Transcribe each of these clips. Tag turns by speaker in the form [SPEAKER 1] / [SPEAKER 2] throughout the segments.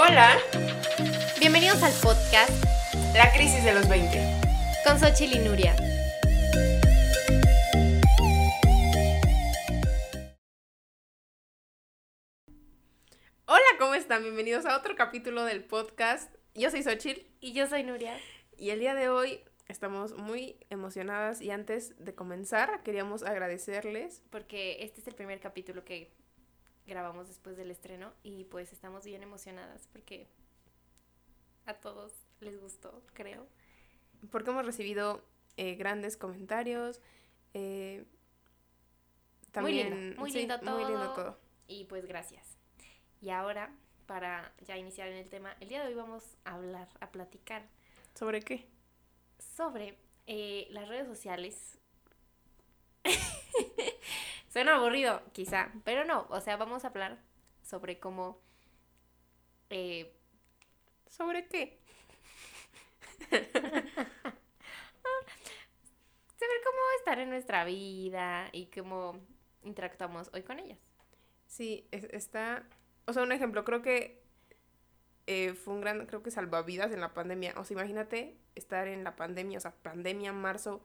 [SPEAKER 1] Hola,
[SPEAKER 2] Bienvenidos al podcast
[SPEAKER 1] la crisis de los 20.
[SPEAKER 2] con Xochitl y Nuria.
[SPEAKER 1] Hola, ¿cómo están? Bienvenidos a otro capítulo del podcast. Yo soy Xochitl
[SPEAKER 2] Y yo soy Nuria.
[SPEAKER 1] y el día de hoy estamos muy emocionadas y antes de comenzar queríamos agradecerles.
[SPEAKER 2] Porque este es el primer capítulo que grabamos después del estreno y pues estamos bien emocionadas porque a todos les gustó, creo.
[SPEAKER 1] porque hemos recibido eh, grandes comentarios. eh, también,
[SPEAKER 2] lindo, muy
[SPEAKER 1] sí,
[SPEAKER 2] lindo
[SPEAKER 1] Muy lindo
[SPEAKER 2] todo.
[SPEAKER 1] todo.
[SPEAKER 2] Y pues gracias. Y ahora, para ya iniciar en el tema, el día de hoy vamos a hablar, a platicar
[SPEAKER 1] ¿Sobre qué?
[SPEAKER 2] sobre eh, las redes sociales. Suena aburrido, quizá, pero no. O sea, vamos a hablar sobre cómo eh,
[SPEAKER 1] ¿Sobre qué?
[SPEAKER 2] saber cómo estar en nuestra vida y cómo interactuamos hoy con ellas.
[SPEAKER 1] Sí, es- está. O sea, un ejemplo, creo que eh, fue un gran, creo que salvavidas en la pandemia. O sea, imagínate estar en la pandemia, o sea, pandemia marzo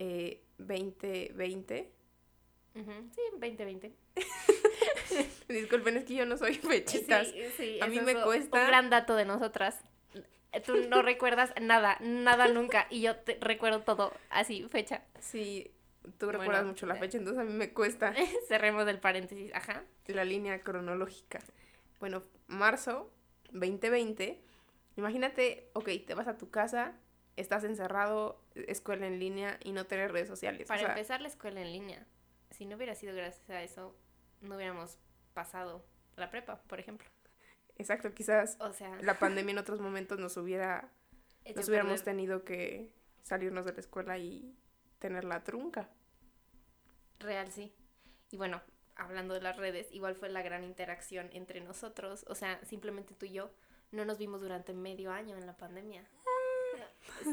[SPEAKER 1] eh, 2020.
[SPEAKER 2] Ujú, Sí, 2020.
[SPEAKER 1] Disculpen, es que yo no soy
[SPEAKER 2] Sí,
[SPEAKER 1] fechistas.
[SPEAKER 2] sí,
[SPEAKER 1] a mí
[SPEAKER 2] eso
[SPEAKER 1] me
[SPEAKER 2] es un-
[SPEAKER 1] cuesta-
[SPEAKER 2] Un gran dato de nosotras. Tú no recuerdas nada, nada nunca. Y yo te recuerdo todo, así, fecha.
[SPEAKER 1] Sí, tú
[SPEAKER 2] Bueno,
[SPEAKER 1] recuerdas mucho la
[SPEAKER 2] eh.
[SPEAKER 1] fecha, entonces a mí me cuesta
[SPEAKER 2] Cerremos el paréntesis, ajá.
[SPEAKER 1] la línea cronológica. Bueno, marzo 2020. Imagínate, ok, te vas a tu casa, estás encerrado, escuela en línea y no tener redes sociales. o
[SPEAKER 2] Para
[SPEAKER 1] sea,
[SPEAKER 2] empezar la escuela en línea, si no hubiera sido gracias a eso, no hubiéramos pasado la prepa, por ejemplo.
[SPEAKER 1] Exacto, quizás
[SPEAKER 2] O sea,
[SPEAKER 1] la pandemia en otros momentos nos hubiera,
[SPEAKER 2] hecho
[SPEAKER 1] nos hubiéramos
[SPEAKER 2] perder-
[SPEAKER 1] tenido que salirnos de la escuela y tener la trunca.
[SPEAKER 2] real, sí. Y bueno, hablando de las redes, igual fue la gran interacción entre nosotros. O sea, simplemente tú y yo no nos vimos durante medio año en la pandemia.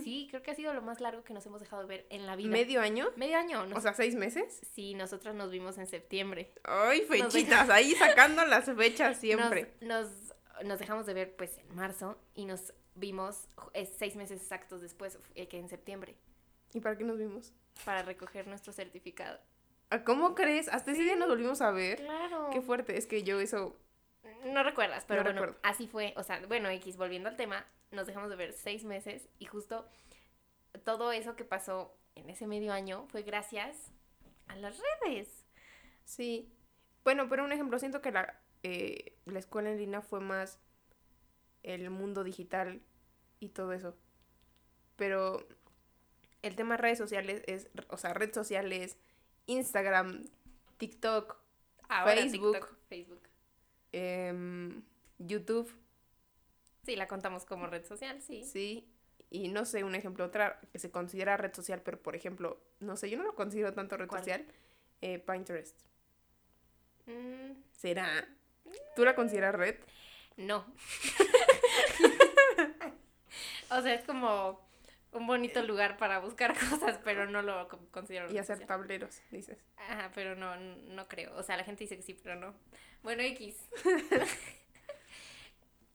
[SPEAKER 2] Sí, creo que ha sido lo más largo que nos hemos dejado de ver en la vida.
[SPEAKER 1] Mm. ¿Medio año?
[SPEAKER 2] Medio año. Nos...
[SPEAKER 1] O sea, seis meses.
[SPEAKER 2] sí, nosotras nos vimos en septiembre.
[SPEAKER 1] Ay,
[SPEAKER 2] Nos
[SPEAKER 1] fechitas, ahí sacando las fechas siempre.
[SPEAKER 2] Nos, nos, nos dejamos de ver pues en marzo y nos vimos eh, seis meses exactos después, eh, que en septiembre,
[SPEAKER 1] ¿Y para qué nos vimos?
[SPEAKER 2] para recoger nuestro certificado.
[SPEAKER 1] Ah, ¿Cómo crees? Hasta ese día nos volvimos a ver.
[SPEAKER 2] Claro.
[SPEAKER 1] Qué fuerte, es que yo eso,
[SPEAKER 2] No recuerdas, pero
[SPEAKER 1] No
[SPEAKER 2] bueno,
[SPEAKER 1] recuerdo.
[SPEAKER 2] así fue. O sea, bueno, X, volviendo al tema, nos dejamos de ver seis meses y justo todo eso que pasó en ese medio año fue gracias a las redes.
[SPEAKER 1] sí. Bueno, pero un ejemplo, siento que la, eh, la escuela en línea fue más el mundo digital y todo eso. Pero el tema redes sociales es, o sea, redes sociales, Instagram, TikTok,
[SPEAKER 2] Ahora
[SPEAKER 1] Facebook.
[SPEAKER 2] TikTok, Facebook.
[SPEAKER 1] em, YouTube,
[SPEAKER 2] Sí, la contamos como red social, sí.
[SPEAKER 1] sí. Y no sé, un ejemplo, otra que se considera red social, pero por ejemplo, no sé, yo no lo considero tanto red
[SPEAKER 2] ¿Cuál?
[SPEAKER 1] social, eh, Pinterest.
[SPEAKER 2] Mm,
[SPEAKER 1] ¿Será? ¿Tú la consideras red?
[SPEAKER 2] no. o sea, es como un bonito lugar para buscar cosas, pero no lo co- considero
[SPEAKER 1] Eh. Y
[SPEAKER 2] red
[SPEAKER 1] hacer
[SPEAKER 2] social.
[SPEAKER 1] tableros, dices.
[SPEAKER 2] Ajá, pero no, no creo. O sea, la gente dice que sí, pero no. Bueno, X.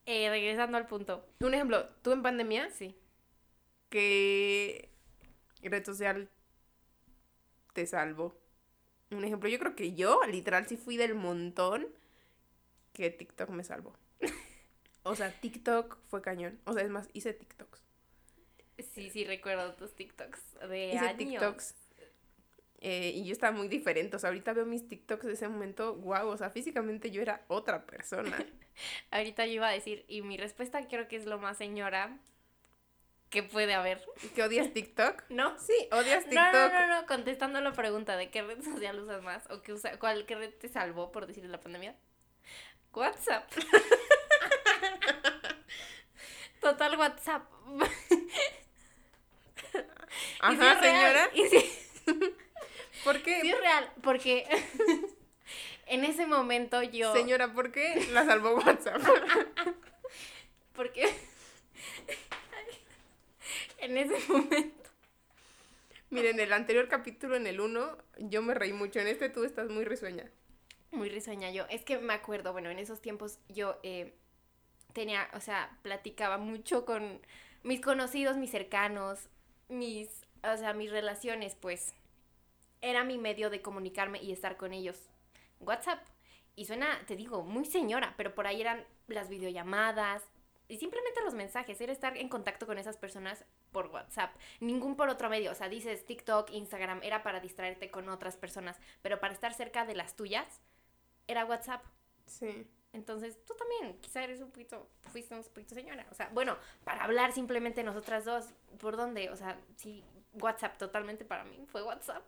[SPEAKER 2] Eh, regresando al punto.
[SPEAKER 1] Un ejemplo, tú en pandemia,
[SPEAKER 2] Sí.
[SPEAKER 1] ¿qué red social te salvo? Un ejemplo, yo creo que yo, literal, sí fui del montón que TikTok me salvó. O sea, TikTok fue cañón. O sea, es más, hice TikToks.
[SPEAKER 2] Sí, sí, recuerdo tus TikToks de
[SPEAKER 1] Hice
[SPEAKER 2] años.
[SPEAKER 1] TikToks. Eh, y yo estaba muy diferente. O sea, ahorita veo mis TikToks de ese momento, wow. O sea, físicamente yo era otra persona.
[SPEAKER 2] Ahorita yo iba a decir, y mi respuesta creo que es lo más señora que puede haber.
[SPEAKER 1] ¿Que odias TikTok?
[SPEAKER 2] ¿No?
[SPEAKER 1] Sí, odias
[SPEAKER 2] No,
[SPEAKER 1] TikTok.
[SPEAKER 2] no, no, no, contestando la pregunta de qué red social usas más o qué usa, cuál qué red te salvó por decir la pandemia. WhatsApp. Total WhatsApp. Y sí
[SPEAKER 1] Ajá,
[SPEAKER 2] es real,
[SPEAKER 1] señora.
[SPEAKER 2] Y sí-
[SPEAKER 1] ¿Por qué?
[SPEAKER 2] Sí, es real, porque en ese momento yo.
[SPEAKER 1] Señora, ¿por qué la salvó WhatsApp?
[SPEAKER 2] Porque. en ese momento.
[SPEAKER 1] Miren, en el anterior capítulo, en el 1, yo me reí mucho. En este tú estás muy risueña.
[SPEAKER 2] Muy risueña yo. Es que me acuerdo, bueno, en esos tiempos yo eh, tenía, o sea, platicaba mucho con mis conocidos, mis cercanos, mis, o sea, mis relaciones, pues era mi medio de comunicarme y estar con ellos. WhatsApp. Y suena, te digo, muy señora, pero por ahí eran las videollamadas y simplemente los mensajes, era estar en contacto con esas personas por WhatsApp, ningún por otro medio, o sea, dices TikTok, Instagram, era para distraerte con otras personas, pero para estar cerca de las tuyas, era WhatsApp.
[SPEAKER 1] Sí.
[SPEAKER 2] Entonces, tú también, quizá eres un poquito, fuiste un poquito señora. O sea, bueno, para hablar simplemente nosotras dos, ¿por dónde? O sea, sí, WhatsApp totalmente para mí fue WhatsApp.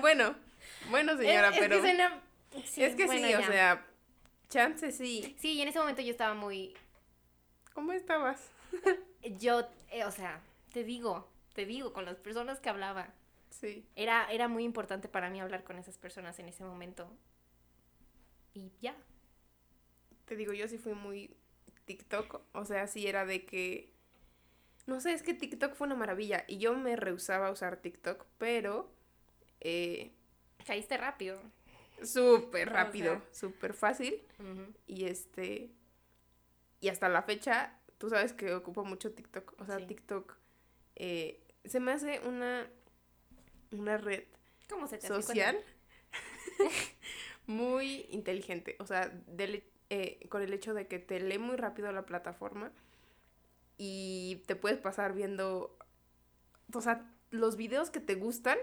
[SPEAKER 1] Bueno, bueno, señora,
[SPEAKER 2] Es- es
[SPEAKER 1] pero.
[SPEAKER 2] que suena- sí,
[SPEAKER 1] es que
[SPEAKER 2] bueno,
[SPEAKER 1] sí, o
[SPEAKER 2] ya.
[SPEAKER 1] sea, chance sí.
[SPEAKER 2] Sí, y en ese momento yo estaba muy,
[SPEAKER 1] ¿Cómo estabas?
[SPEAKER 2] yo, eh, o sea, te digo, te digo, con las personas que hablaba,
[SPEAKER 1] Sí.
[SPEAKER 2] era, era muy importante para mí hablar con esas personas en ese momento. Y ya.
[SPEAKER 1] Te digo, yo sí fui muy TikTok. O sea, sí era de que. No sé, es que TikTok fue una maravilla. Y yo me rehusaba a usar TikTok, pero. eh,
[SPEAKER 2] Caíste rápido.
[SPEAKER 1] súper
[SPEAKER 2] O
[SPEAKER 1] rápido,
[SPEAKER 2] sea.
[SPEAKER 1] súper fácil. Y este. Y hasta la fecha, tú sabes que ocupo mucho TikTok. O sea,
[SPEAKER 2] Sí.
[SPEAKER 1] TikTok. eh, se me hace una. Una red
[SPEAKER 2] ¿Cómo se te hace?
[SPEAKER 1] social muy inteligente. O sea, del- eh, con el hecho de que te lee muy rápido la plataforma y te puedes pasar viendo, o sea, los videos que te gustan,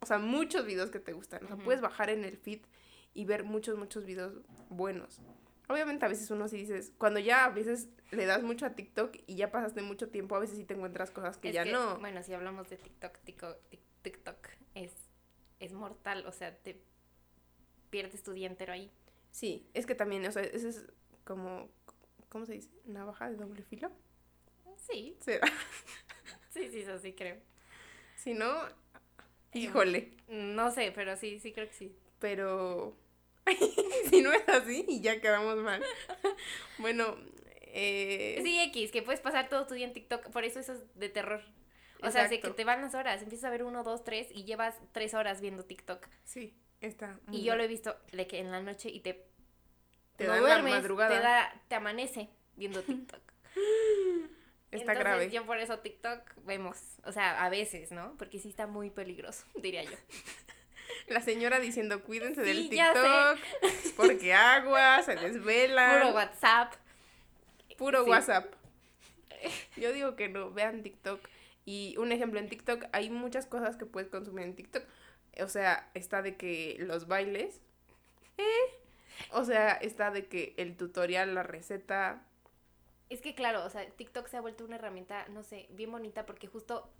[SPEAKER 1] o sea, muchos videos que te gustan. O sea,
[SPEAKER 2] Ujú.
[SPEAKER 1] puedes bajar en el feed y ver muchos, muchos videos buenos. Obviamente a veces uno sí dices, cuando ya a veces le das mucho a TikTok y ya pasaste mucho tiempo, a veces sí te encuentras cosas que
[SPEAKER 2] Es
[SPEAKER 1] ya no.
[SPEAKER 2] Bueno, si hablamos de TikTok, tico- tic- TikTok es, es mortal. O sea, te pierdes tu día entero ahí.
[SPEAKER 1] Sí, es que también, o sea, ese es como, ¿cómo se dice? ¿Navaja de doble filo?
[SPEAKER 2] Sí,
[SPEAKER 1] ¿Será?
[SPEAKER 2] sí, sí, eso sí creo.
[SPEAKER 1] Si no,
[SPEAKER 2] Em,
[SPEAKER 1] híjole,
[SPEAKER 2] No sé, pero sí, sí creo que sí.
[SPEAKER 1] pero si no es así y ya quedamos mal. Bueno, eh,
[SPEAKER 2] Sí, X, que puedes pasar todo tu día en TikTok. Por eso eso es de terror. O sea, de que
[SPEAKER 1] Exacto.
[SPEAKER 2] te van las horas. Empiezas a ver uno, dos, tres y llevas tres horas viendo TikTok.
[SPEAKER 1] sí, está. muy
[SPEAKER 2] Y yo lo
[SPEAKER 1] bien.
[SPEAKER 2] he visto de que en la noche y te,
[SPEAKER 1] Te
[SPEAKER 2] no
[SPEAKER 1] da en la
[SPEAKER 2] duermes,
[SPEAKER 1] madrugada.
[SPEAKER 2] Te, da, te amanece viendo TikTok.
[SPEAKER 1] está
[SPEAKER 2] Entonces,
[SPEAKER 1] grave.
[SPEAKER 2] Yo por eso TikTok vemos, o sea, a veces, ¿no? Porque sí está muy peligroso, diría yo.
[SPEAKER 1] La señora diciendo, cuídense del
[SPEAKER 2] Sí, ya sé.
[SPEAKER 1] TikTok, porque agua, se desvela.
[SPEAKER 2] Puro WhatsApp.
[SPEAKER 1] Puro
[SPEAKER 2] Sí.
[SPEAKER 1] WhatsApp. Yo digo que no, vean TikTok. Y un ejemplo, en TikTok hay muchas cosas que puedes consumir en TikTok. O sea, está de que los bailes. ¿eh? O sea, está de que el tutorial, la receta.
[SPEAKER 2] Es que claro, o sea, TikTok se ha vuelto una herramienta, no sé, bien bonita porque justo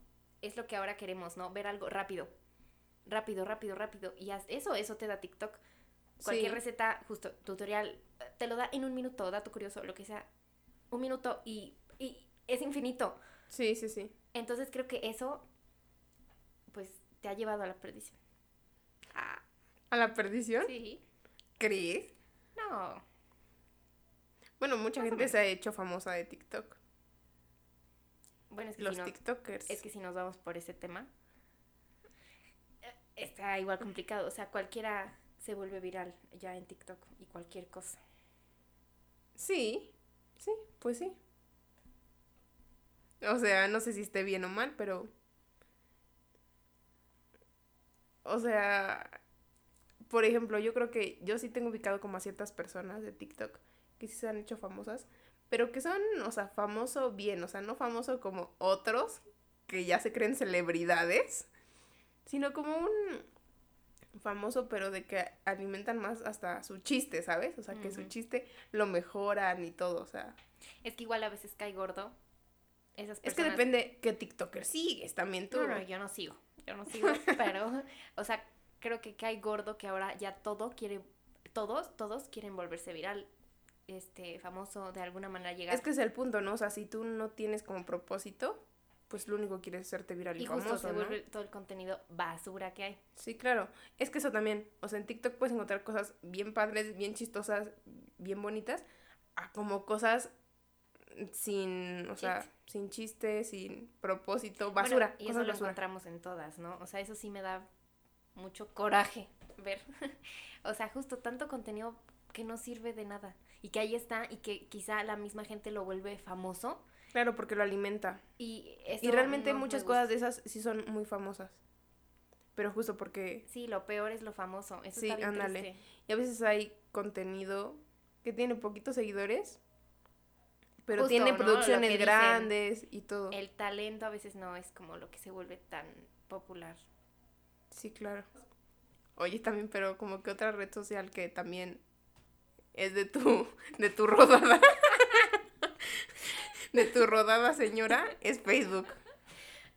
[SPEAKER 2] es lo que ahora queremos, ¿no? Ver algo rápido. Rápido, rápido, rápido. Y haz- eso, eso te da TikTok. Cualquier
[SPEAKER 1] Sí.
[SPEAKER 2] receta, justo, tutorial, te lo da en un minuto, dato curioso, lo que sea. Un minuto y, y es infinito.
[SPEAKER 1] Sí, sí, sí.
[SPEAKER 2] Entonces creo que eso, pues, te ha llevado a la perdición. Ah,
[SPEAKER 1] ¿A la perdición?
[SPEAKER 2] sí.
[SPEAKER 1] ¿Crees?
[SPEAKER 2] No.
[SPEAKER 1] Bueno, mucha
[SPEAKER 2] Más o
[SPEAKER 1] gente se ha hecho famosa de TikTok.
[SPEAKER 2] Bueno, es que,
[SPEAKER 1] Los
[SPEAKER 2] si no-
[SPEAKER 1] TikTokers.
[SPEAKER 2] es que si nos vamos por ese tema, eh, está igual complicado. O sea, cualquiera se vuelve viral ya en TikTok y cualquier cosa.
[SPEAKER 1] Sí, sí, pues sí. O sea, no sé si esté bien o mal, pero... O sea, por ejemplo, yo creo que yo sí tengo ubicado como a ciertas personas de TikTok que sí se han hecho famosas, pero que son, o sea, famoso bien, o sea, no famoso como otros que ya se creen celebridades, sino como un famoso, pero de que alimentan más hasta su chiste, ¿sabes? O sea, que su
[SPEAKER 2] Ujú.
[SPEAKER 1] chiste lo mejoran y todo, o sea.
[SPEAKER 2] Es que igual a veces cae gordo. Esas
[SPEAKER 1] Es que
[SPEAKER 2] personas-
[SPEAKER 1] depende qué TikToker sigues también tú.
[SPEAKER 2] No, no, yo no sigo. Yo no sigo, pero, o sea, creo que cae gordo que ahora ya todo quiere, todos, todos quieren volverse viral, este, famoso, de alguna manera llegar.
[SPEAKER 1] Es que es el punto, ¿no? O sea, si tú no tienes como propósito, pues lo único que quieres es hacerte viral y,
[SPEAKER 2] y justo
[SPEAKER 1] famoso,
[SPEAKER 2] se
[SPEAKER 1] ¿no?
[SPEAKER 2] vuelve todo el contenido basura que hay.
[SPEAKER 1] Sí, claro. Es que eso también. O sea, en TikTok puedes encontrar cosas bien padres, bien chistosas, bien bonitas, a como cosas sin, o sea, sin chiste, sin propósito, basura,
[SPEAKER 2] Bueno, y eso
[SPEAKER 1] cosas
[SPEAKER 2] lo
[SPEAKER 1] basura.
[SPEAKER 2] encontramos en todas, ¿no? O sea, eso sí me da mucho coraje ver. o sea, justo tanto contenido que no sirve de nada y que ahí está y que quizá la misma gente lo vuelve famoso
[SPEAKER 1] Claro, porque lo alimenta.
[SPEAKER 2] y eso
[SPEAKER 1] y realmente
[SPEAKER 2] no me
[SPEAKER 1] muchas
[SPEAKER 2] gusta.
[SPEAKER 1] cosas de esas sí son muy famosas. Pero justo porque...
[SPEAKER 2] Sí, lo peor es lo famoso. Eso
[SPEAKER 1] Sí,
[SPEAKER 2] está bien
[SPEAKER 1] ándale.
[SPEAKER 2] triste.
[SPEAKER 1] Y a veces hay contenido que tiene poquitos seguidores, pero
[SPEAKER 2] Justo,
[SPEAKER 1] tiene
[SPEAKER 2] ¿no? Lo que
[SPEAKER 1] producciones
[SPEAKER 2] dicen.
[SPEAKER 1] grandes y todo.
[SPEAKER 2] El talento a veces no es como lo que se vuelve tan popular.
[SPEAKER 1] Sí, claro. Oye, también, pero como que otra red social que también es de tu, de tu rodada. De tu rodada, señora, es Facebook.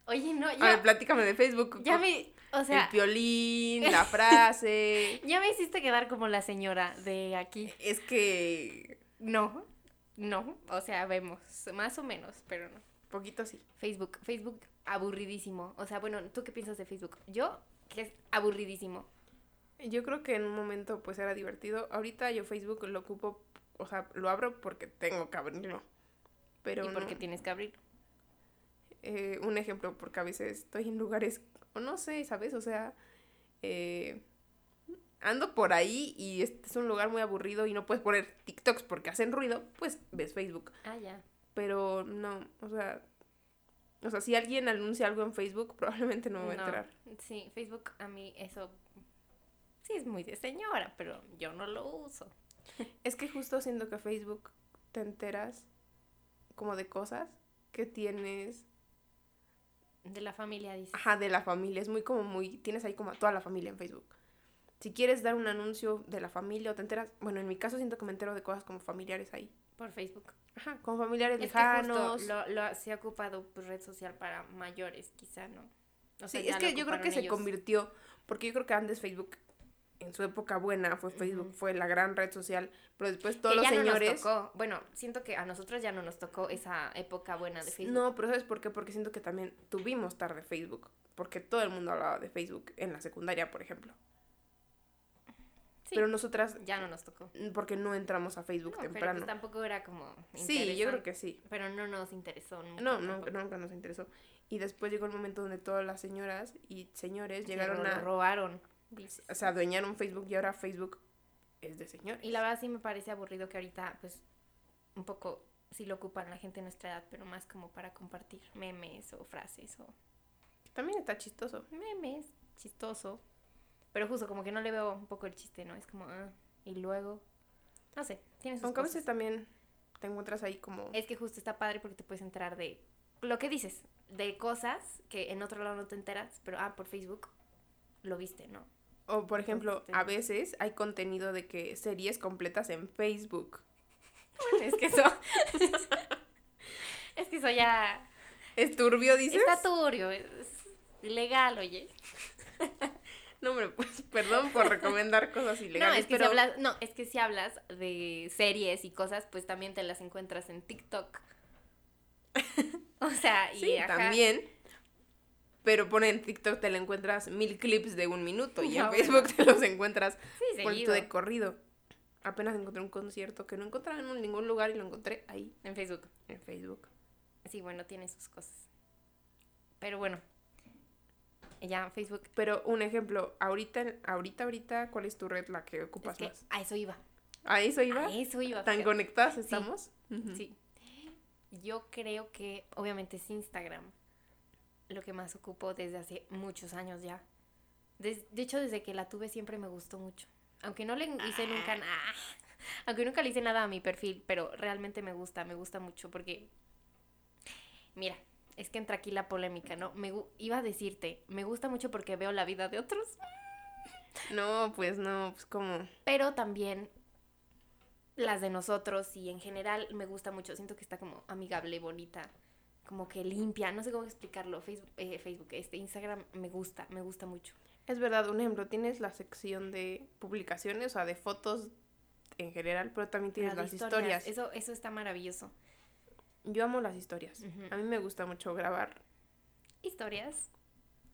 [SPEAKER 2] Oye, no,
[SPEAKER 1] A ver,
[SPEAKER 2] ya,
[SPEAKER 1] platícame de Facebook.
[SPEAKER 2] ya me, o sea,
[SPEAKER 1] el violín, la frase.
[SPEAKER 2] ya me hiciste quedar como la señora de aquí.
[SPEAKER 1] Es que
[SPEAKER 2] No, no, o sea, vemos, más o menos, pero no.
[SPEAKER 1] poquito sí.
[SPEAKER 2] Facebook, Facebook aburridísimo. O sea, bueno, ¿tú qué piensas de Facebook? Yo, que es aburridísimo.
[SPEAKER 1] Yo creo que en un momento pues era divertido. Ahorita yo Facebook lo ocupo, o sea, lo abro porque tengo que abrirlo. Pero
[SPEAKER 2] y
[SPEAKER 1] no.
[SPEAKER 2] porque tienes que abrir.
[SPEAKER 1] eh, un ejemplo, porque a veces estoy en lugares, o no sé, ¿sabes? O sea, eh, ando por ahí y es, es un lugar muy aburrido y no puedes poner TikToks porque hacen ruido, pues ves Facebook.
[SPEAKER 2] Ah, ya.
[SPEAKER 1] Pero no, o sea, o sea, si alguien anuncia algo en Facebook, probablemente no me voy a
[SPEAKER 2] No,
[SPEAKER 1] enterar.
[SPEAKER 2] Sí, Facebook a mí eso sí es muy de señora, pero yo no lo uso.
[SPEAKER 1] Es que justo siento que Facebook te enteras como de cosas que tienes,
[SPEAKER 2] De la familia dice.
[SPEAKER 1] ajá, de la familia. Es muy como muy, tienes ahí como a toda la familia en Facebook. Si quieres dar un anuncio de la familia o te enteras, bueno, en mi caso siento que me entero de cosas como familiares ahí.
[SPEAKER 2] Por Facebook.
[SPEAKER 1] Ajá, como familiares
[SPEAKER 2] Es que
[SPEAKER 1] lejanos.
[SPEAKER 2] justo lo, lo- se ha ocupado pues, red social para mayores, quizá, ¿no? O sea,
[SPEAKER 1] Sí, es
[SPEAKER 2] ya lo
[SPEAKER 1] que yo creo
[SPEAKER 2] ocuparon
[SPEAKER 1] que se
[SPEAKER 2] ellos.
[SPEAKER 1] convirtió, porque yo creo que antes Facebook, en su época buena, fue Facebook,
[SPEAKER 2] Ujú.
[SPEAKER 1] fue la gran red social, pero después
[SPEAKER 2] Que
[SPEAKER 1] todos los
[SPEAKER 2] ya
[SPEAKER 1] señores...
[SPEAKER 2] No nos tocó. Bueno, siento que a nosotros ya no nos tocó esa época buena de Facebook.
[SPEAKER 1] No, pero ¿sabes por qué? Porque siento que también tuvimos tarde Facebook. Porque todo el mundo hablaba de Facebook en la secundaria, por ejemplo.
[SPEAKER 2] Sí.
[SPEAKER 1] Pero nosotras,
[SPEAKER 2] Ya no nos tocó.
[SPEAKER 1] mm, porque no entramos a
[SPEAKER 2] No,
[SPEAKER 1] Facebook
[SPEAKER 2] pero
[SPEAKER 1] temprano.
[SPEAKER 2] pues tampoco era como.
[SPEAKER 1] sí, yo creo
[SPEAKER 2] interesante,
[SPEAKER 1] que sí.
[SPEAKER 2] Pero no nos interesó. Nunca,
[SPEAKER 1] No, no,
[SPEAKER 2] tampoco.
[SPEAKER 1] nunca nos interesó. Y después llegó el momento donde todas las señoras y señores
[SPEAKER 2] Se
[SPEAKER 1] llegaron
[SPEAKER 2] lo
[SPEAKER 1] a...
[SPEAKER 2] robaron. dice.
[SPEAKER 1] O sea, adueñaron Facebook y ahora Facebook es de señores.
[SPEAKER 2] Y la verdad sí me parece aburrido que ahorita, pues, un poco sí lo ocupan la gente de nuestra edad, pero más como para compartir memes o frases o
[SPEAKER 1] También está chistoso.
[SPEAKER 2] memes, chistoso. Pero justo como que no le veo un poco el chiste, ¿no? Es como, ah, y luego, no sé, tiene sus
[SPEAKER 1] Aunque a veces
[SPEAKER 2] cosas.
[SPEAKER 1] también te encuentras ahí como...
[SPEAKER 2] Es que justo está padre porque te puedes enterar de lo que dices, de cosas que en otro lado no te enteras, pero, ah, por Facebook lo viste, ¿no?
[SPEAKER 1] O por ejemplo,
[SPEAKER 2] Este.
[SPEAKER 1] a veces hay contenido de que series completas en Facebook.
[SPEAKER 2] es que eso... es que eso ya...
[SPEAKER 1] ¿Es turbio, dices?
[SPEAKER 2] Está turbio, es legal, oye.
[SPEAKER 1] No, hombre, pues perdón por recomendar cosas ilegales.
[SPEAKER 2] no, es que
[SPEAKER 1] pero
[SPEAKER 2] si hablas, no, es que si hablas de series y cosas, pues también te las encuentras en TikTok. o sea, y
[SPEAKER 1] Sí,
[SPEAKER 2] ajá,
[SPEAKER 1] también. Pero pone en TikTok te le encuentras mil clips de un minuto y
[SPEAKER 2] Ya,
[SPEAKER 1] en
[SPEAKER 2] bueno.
[SPEAKER 1] Facebook te los encuentras
[SPEAKER 2] sí,
[SPEAKER 1] vuelto
[SPEAKER 2] seguido
[SPEAKER 1] de corrido. Apenas encontré un concierto que no encontraba en ningún lugar y lo encontré ahí
[SPEAKER 2] en Facebook.
[SPEAKER 1] en Facebook.
[SPEAKER 2] Sí, bueno, tiene sus cosas. Pero bueno. Ya Facebook
[SPEAKER 1] Pero un ejemplo, ahorita, ahorita, ahorita, ¿cuál es tu red la que ocupas
[SPEAKER 2] es que
[SPEAKER 1] más?
[SPEAKER 2] a eso iba.
[SPEAKER 1] ¿A eso iba?
[SPEAKER 2] A eso iba.
[SPEAKER 1] ¿Tan
[SPEAKER 2] fíjate.
[SPEAKER 1] conectadas estamos? Ujú.
[SPEAKER 2] Sí. Yo creo que, obviamente, es Instagram lo que más ocupo desde hace muchos años ya. Des- de hecho, desde que la tuve siempre me gustó mucho. Aunque no le
[SPEAKER 1] Ah.
[SPEAKER 2] hice nunca nada. Aunque nunca le hice nada a mi perfil, pero realmente me gusta, me gusta mucho porque. Mira, es que entra aquí la polémica, ¿no? Me gu- iba a decirte, me gusta mucho porque veo la vida de otros,
[SPEAKER 1] No, pues no, pues como...
[SPEAKER 2] pero también las de nosotros y en general me gusta mucho. Siento que está como amigable, bonita, como que limpia. No sé cómo explicarlo. Facebook, eh, Facebook este Instagram me gusta, me gusta mucho.
[SPEAKER 1] Es verdad, un ejemplo, tienes la sección de publicaciones, o sea, de fotos en general, pero también tienes las historias.
[SPEAKER 2] Eso, eso está maravilloso.
[SPEAKER 1] Yo amo las historias.
[SPEAKER 2] Ujú.
[SPEAKER 1] A mí me gusta mucho grabar,
[SPEAKER 2] Historias.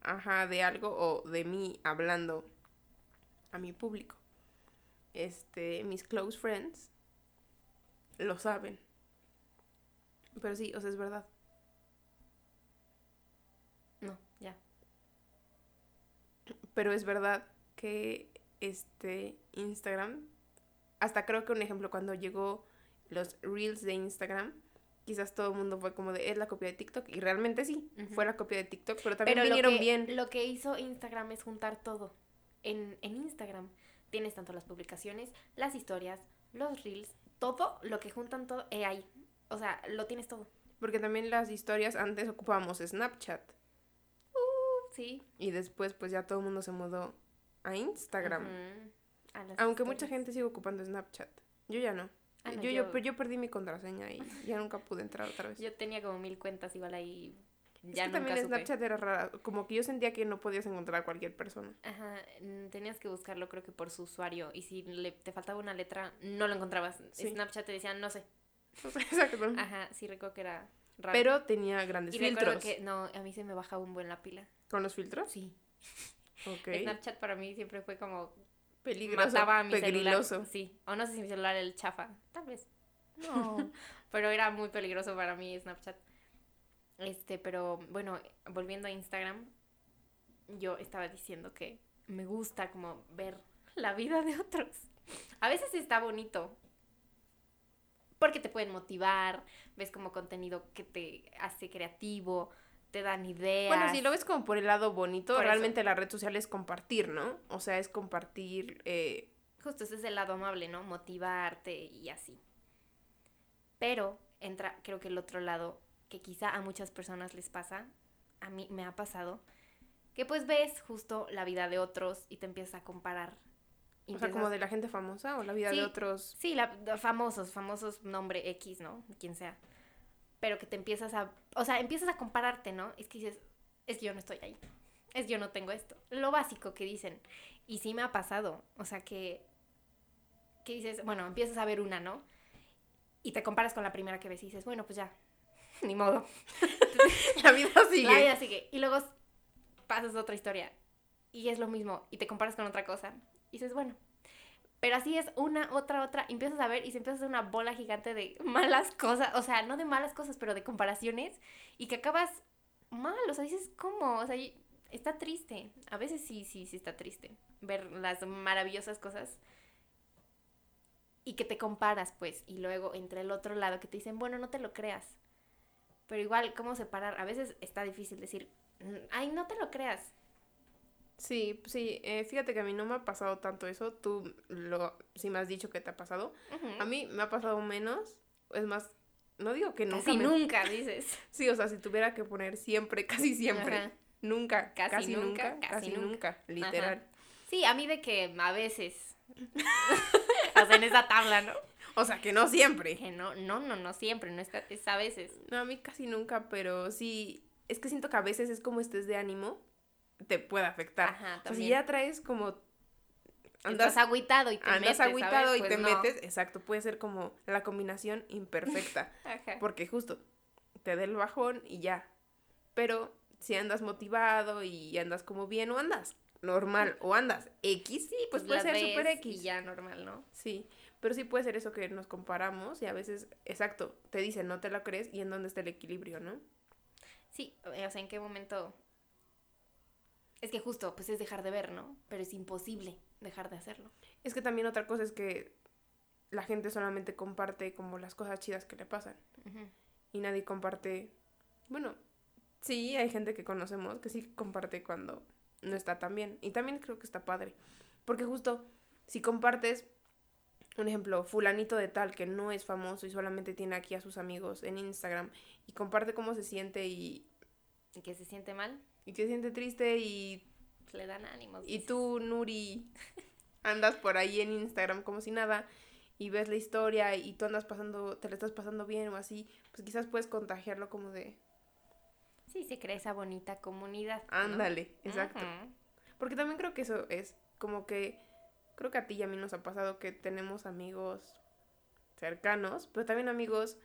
[SPEAKER 1] ajá, de algo o de mí hablando a mi público. Este, mis close friends lo saben. Pero sí, o sea, es verdad.
[SPEAKER 2] No, ya.
[SPEAKER 1] Pero es verdad que este Instagram hasta creo que un ejemplo, cuando llegó los reels de Instagram, quizás todo el mundo fue como de, es la copia de TikTok, y realmente sí,
[SPEAKER 2] Ujú.
[SPEAKER 1] fue la copia de TikTok, pero también
[SPEAKER 2] Pero lo
[SPEAKER 1] vinieron
[SPEAKER 2] que,
[SPEAKER 1] bien.
[SPEAKER 2] lo que hizo Instagram es juntar todo. En, en Instagram tienes tanto las publicaciones, las historias, los reels, todo lo que juntan todo eh, ahí. O sea, lo tienes todo.
[SPEAKER 1] Porque también las historias antes ocupábamos Snapchat,
[SPEAKER 2] Sí.
[SPEAKER 1] y después pues ya todo el mundo se mudó a Instagram.
[SPEAKER 2] Ujú. A las
[SPEAKER 1] Aunque mucha
[SPEAKER 2] historias.
[SPEAKER 1] gente sigue ocupando Snapchat. Yo ya no.
[SPEAKER 2] Ah, no,
[SPEAKER 1] yo, yo,
[SPEAKER 2] yo-
[SPEAKER 1] pero yo perdí mi contraseña y ya nunca pude entrar otra vez.
[SPEAKER 2] Yo tenía como mil cuentas igual ahí.
[SPEAKER 1] Es
[SPEAKER 2] Ya
[SPEAKER 1] que también
[SPEAKER 2] nunca supe.
[SPEAKER 1] Snapchat era rara. Como que yo sentía que no podías encontrar a cualquier persona.
[SPEAKER 2] Ajá, mm, tenías que buscarlo creo que por su usuario y si le- te faltaba una letra no lo encontrabas.
[SPEAKER 1] Sí.
[SPEAKER 2] Snapchat te decía, no sé.
[SPEAKER 1] O sea, Exacto.
[SPEAKER 2] Ajá, sí recuerdo que era Ah, raro.
[SPEAKER 1] Pero tenía grandes
[SPEAKER 2] y recuerdo
[SPEAKER 1] filtros.
[SPEAKER 2] que no, a mí se me bajaba un buen la pila.
[SPEAKER 1] ¿Con los filtros?
[SPEAKER 2] Sí.
[SPEAKER 1] Ok.
[SPEAKER 2] Snapchat para mí siempre fue como
[SPEAKER 1] Peligroso.
[SPEAKER 2] mataba a mi
[SPEAKER 1] pegriloso.
[SPEAKER 2] celular. Sí, o no sé si mi celular era el chafa, tal vez,
[SPEAKER 1] No.
[SPEAKER 2] pero era muy peligroso para mí Snapchat. Este, pero bueno, volviendo a Instagram, yo estaba diciendo que me gusta como ver la vida de otros. A veces está bonito. Porque te pueden motivar, ves como contenido que te hace creativo, te dan ideas.
[SPEAKER 1] Bueno, si lo ves como por el lado bonito,
[SPEAKER 2] Por eso.
[SPEAKER 1] realmente la red social es compartir, ¿no? O sea, es compartir. eh,
[SPEAKER 2] Justo ese es el lado amable, ¿no? Motivarte y así. Pero entra, creo que el otro lado, que quizá a muchas personas les pasa, a mí me ha pasado, que pues ves justo la vida de otros y te empiezas a comparar. Y
[SPEAKER 1] o sea,
[SPEAKER 2] empiezas-
[SPEAKER 1] como de la gente famosa o la vida
[SPEAKER 2] Sí.
[SPEAKER 1] de otros.
[SPEAKER 2] Sí, la, de famosos, famosos nombre X, ¿no? Quien sea. Pero que te empiezas a... O sea, empiezas a compararte, ¿no? Es que dices, es que yo no estoy ahí. Es que yo no tengo esto. Lo básico que dicen. Y sí me ha pasado. O sea, que... Que dices, bueno, empiezas a ver una, ¿no? Y te comparas con la primera que ves y dices, bueno, pues ya. Ni modo.
[SPEAKER 1] La vida sigue.
[SPEAKER 2] La vida sigue. Y luego pasas a otra historia. Y es lo mismo. Y te comparas con otra cosa. Y dices, bueno. Pero así es una, otra, otra. y empiezas a ver y se empieza a hacer una bola gigante de malas cosas. O sea, no de malas cosas, pero de comparaciones. Y que acabas mal. O sea, dices, ¿cómo? O sea, y- está triste. A veces sí, sí, sí está triste. Ver las maravillosas cosas. Y que te comparas, pues. Y luego entre el otro lado que te dicen, bueno, no te lo creas. Pero igual, ¿cómo separar? A veces está difícil decir, "Mm, ay, no te lo creas.
[SPEAKER 1] Sí, sí, eh, fíjate que a mí no me ha pasado tanto eso, tú lo, sí me has dicho que te ha pasado, a mí me ha pasado menos, es más, no digo que nunca,
[SPEAKER 2] casi
[SPEAKER 1] me-
[SPEAKER 2] nunca dices.
[SPEAKER 1] sí, o sea, si tuviera que poner siempre, casi siempre,
[SPEAKER 2] Ajá.
[SPEAKER 1] nunca,
[SPEAKER 2] Casi
[SPEAKER 1] casi,
[SPEAKER 2] nunca,
[SPEAKER 1] nunca,
[SPEAKER 2] casi
[SPEAKER 1] casi nunca, literal.
[SPEAKER 2] Sí, a mí de que a veces. o sea, en esa tabla, ¿no?
[SPEAKER 1] O sea, que no siempre.
[SPEAKER 2] Que no, no, no, no siempre, no está, es a veces.
[SPEAKER 1] No, a mí casi nunca, pero sí, es que siento que a veces es como estés de ánimo, te puede afectar.
[SPEAKER 2] Ajá,
[SPEAKER 1] o sea, si
[SPEAKER 2] también.
[SPEAKER 1] ya traes como...
[SPEAKER 2] Andas agüitado y te
[SPEAKER 1] andas
[SPEAKER 2] metes.
[SPEAKER 1] agüitado
[SPEAKER 2] ¿sabes?
[SPEAKER 1] y
[SPEAKER 2] Pues
[SPEAKER 1] te
[SPEAKER 2] no.
[SPEAKER 1] metes, exacto, puede ser como la combinación imperfecta,
[SPEAKER 2] Ajá.
[SPEAKER 1] porque justo te da el bajón y ya. Pero si andas motivado y andas como bien o andas normal o andas X, sí, pues, puede
[SPEAKER 2] las
[SPEAKER 1] ser
[SPEAKER 2] ves
[SPEAKER 1] super
[SPEAKER 2] Y
[SPEAKER 1] X.
[SPEAKER 2] ya normal, ¿no?
[SPEAKER 1] Sí, pero sí puede ser eso que nos comparamos y a veces, exacto, te dicen no te lo crees y en dónde está el equilibrio, ¿no?
[SPEAKER 2] Sí, eh, o sea, ¿en qué momento? Es que justo, pues es dejar de ver, ¿no? Pero es imposible dejar de hacerlo.
[SPEAKER 1] Es que también otra cosa es que la gente solamente comparte como las cosas chidas que le pasan.
[SPEAKER 2] Ujú.
[SPEAKER 1] y nadie comparte. Bueno, sí, hay gente que conocemos que sí comparte cuando no está tan bien. Y también creo que está padre. Porque justo si compartes, un ejemplo, fulanito de tal que no es famoso y solamente tiene aquí a sus amigos en Instagram y comparte cómo se siente y,
[SPEAKER 2] Y que se siente mal,
[SPEAKER 1] y que se siente triste y,
[SPEAKER 2] pues le dan ánimos.
[SPEAKER 1] y tú, Nuri, andas por ahí en Instagram como si nada y ves la historia y tú andas pasando, te la estás pasando bien o así, pues quizás puedes contagiarlo como de,
[SPEAKER 2] Sí, se crea esa bonita comunidad. ¿no?
[SPEAKER 1] Ándale, exacto.
[SPEAKER 2] Ujú.
[SPEAKER 1] Porque también creo que eso es como que, creo que a ti y a mí nos ha pasado que tenemos amigos cercanos, pero también amigos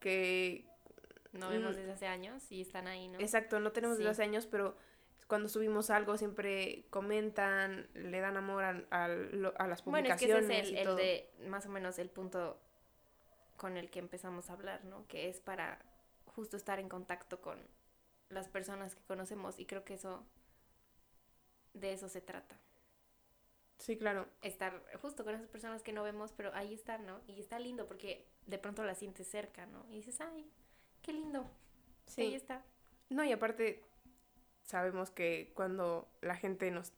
[SPEAKER 1] que,
[SPEAKER 2] No vemos
[SPEAKER 1] Mm.
[SPEAKER 2] desde hace años y están ahí, ¿no?
[SPEAKER 1] exacto, no tenemos desde
[SPEAKER 2] Sí.
[SPEAKER 1] hace años, pero cuando subimos algo siempre comentan, le dan amor al- al- lo- a, las
[SPEAKER 2] Bueno, es que
[SPEAKER 1] publicaciones
[SPEAKER 2] ese es el,
[SPEAKER 1] y
[SPEAKER 2] el
[SPEAKER 1] todo.
[SPEAKER 2] de, más o menos, el punto con el que empezamos a hablar, ¿no? Que es para justo estar en contacto con las personas que conocemos y creo que eso, de eso se trata.
[SPEAKER 1] Sí, claro.
[SPEAKER 2] estar justo con esas personas que no vemos, pero ahí están, ¿no? Y está lindo porque de pronto la sientes cerca, ¿no? Y dices, ay, qué lindo.
[SPEAKER 1] Sí.
[SPEAKER 2] Ahí está.
[SPEAKER 1] No, y aparte sabemos que cuando la gente nos,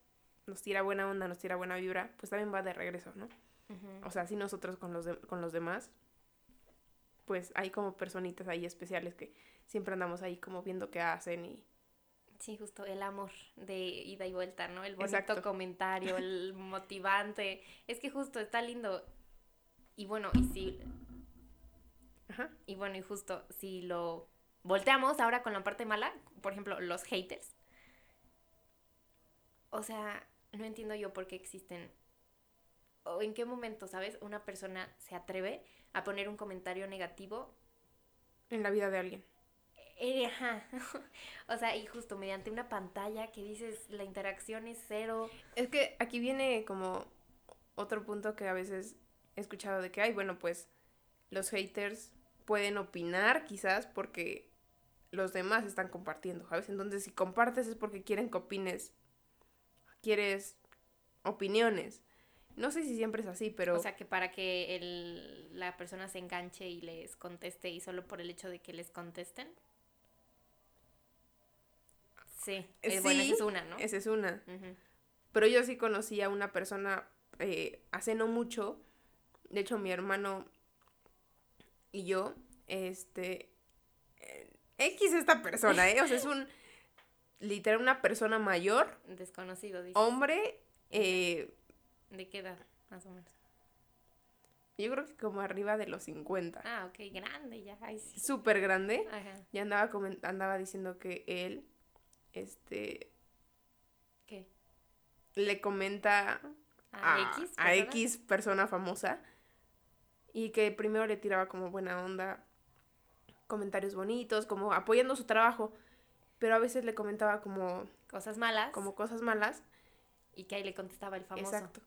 [SPEAKER 1] nos tira buena onda, nos tira buena vibra, pues también va de regreso, ¿no? O sea, si nosotros con los, de- con los demás, pues hay como personitas ahí especiales que siempre andamos ahí como viendo qué hacen y...
[SPEAKER 2] Sí, justo el amor de ida y vuelta, ¿no? El bonito
[SPEAKER 1] Exacto.
[SPEAKER 2] comentario, el motivante. Es que justo está lindo. Y bueno, y si
[SPEAKER 1] Ajá.
[SPEAKER 2] y bueno, y justo si lo volteamos ahora con la parte mala, por ejemplo, los haters. O sea, no entiendo yo por qué existen. O en qué momento, ¿sabes? Una persona se atreve a poner un comentario negativo
[SPEAKER 1] En la vida de alguien.
[SPEAKER 2] eh, ajá. o sea, y justo mediante una pantalla que dices la interacción es cero.
[SPEAKER 1] Es que aquí viene como otro punto que a veces he escuchado de que, ay, bueno, pues los haters pueden opinar quizás porque los demás están compartiendo, ¿sabes? Entonces si compartes es porque quieren que opines, quieres opiniones. No sé si siempre es así, pero...
[SPEAKER 2] O sea, que para que el- la persona se enganche y les conteste y solo por el hecho de que les contesten. Sí, eh, bueno,
[SPEAKER 1] Sí,
[SPEAKER 2] esa es una, ¿no?
[SPEAKER 1] esa es una.
[SPEAKER 2] Ujú.
[SPEAKER 1] Pero yo sí conocí a una persona eh, hace no mucho. De hecho, mi hermano y yo, este. eh, X esta persona, ¿eh? O sea, es un. Literal, una persona mayor,
[SPEAKER 2] Desconocido, dice.
[SPEAKER 1] Oh. hombre, eh,
[SPEAKER 2] ¿De qué edad, más o menos?
[SPEAKER 1] yo creo que como arriba de los 50.
[SPEAKER 2] Ah, ok, grande ya. Ay, sí.
[SPEAKER 1] Súper grande.
[SPEAKER 2] Ajá.
[SPEAKER 1] Y andaba, comen- andaba diciendo que él, este.
[SPEAKER 2] ¿Qué?
[SPEAKER 1] Le comenta
[SPEAKER 2] ¿A X?
[SPEAKER 1] Ah, a
[SPEAKER 2] persona?
[SPEAKER 1] X persona famosa y que primero le tiraba como buena onda, comentarios bonitos, como apoyando su trabajo, pero a veces le comentaba como,
[SPEAKER 2] Cosas malas.
[SPEAKER 1] como cosas malas.
[SPEAKER 2] Y que ahí le contestaba el famoso.
[SPEAKER 1] Exacto.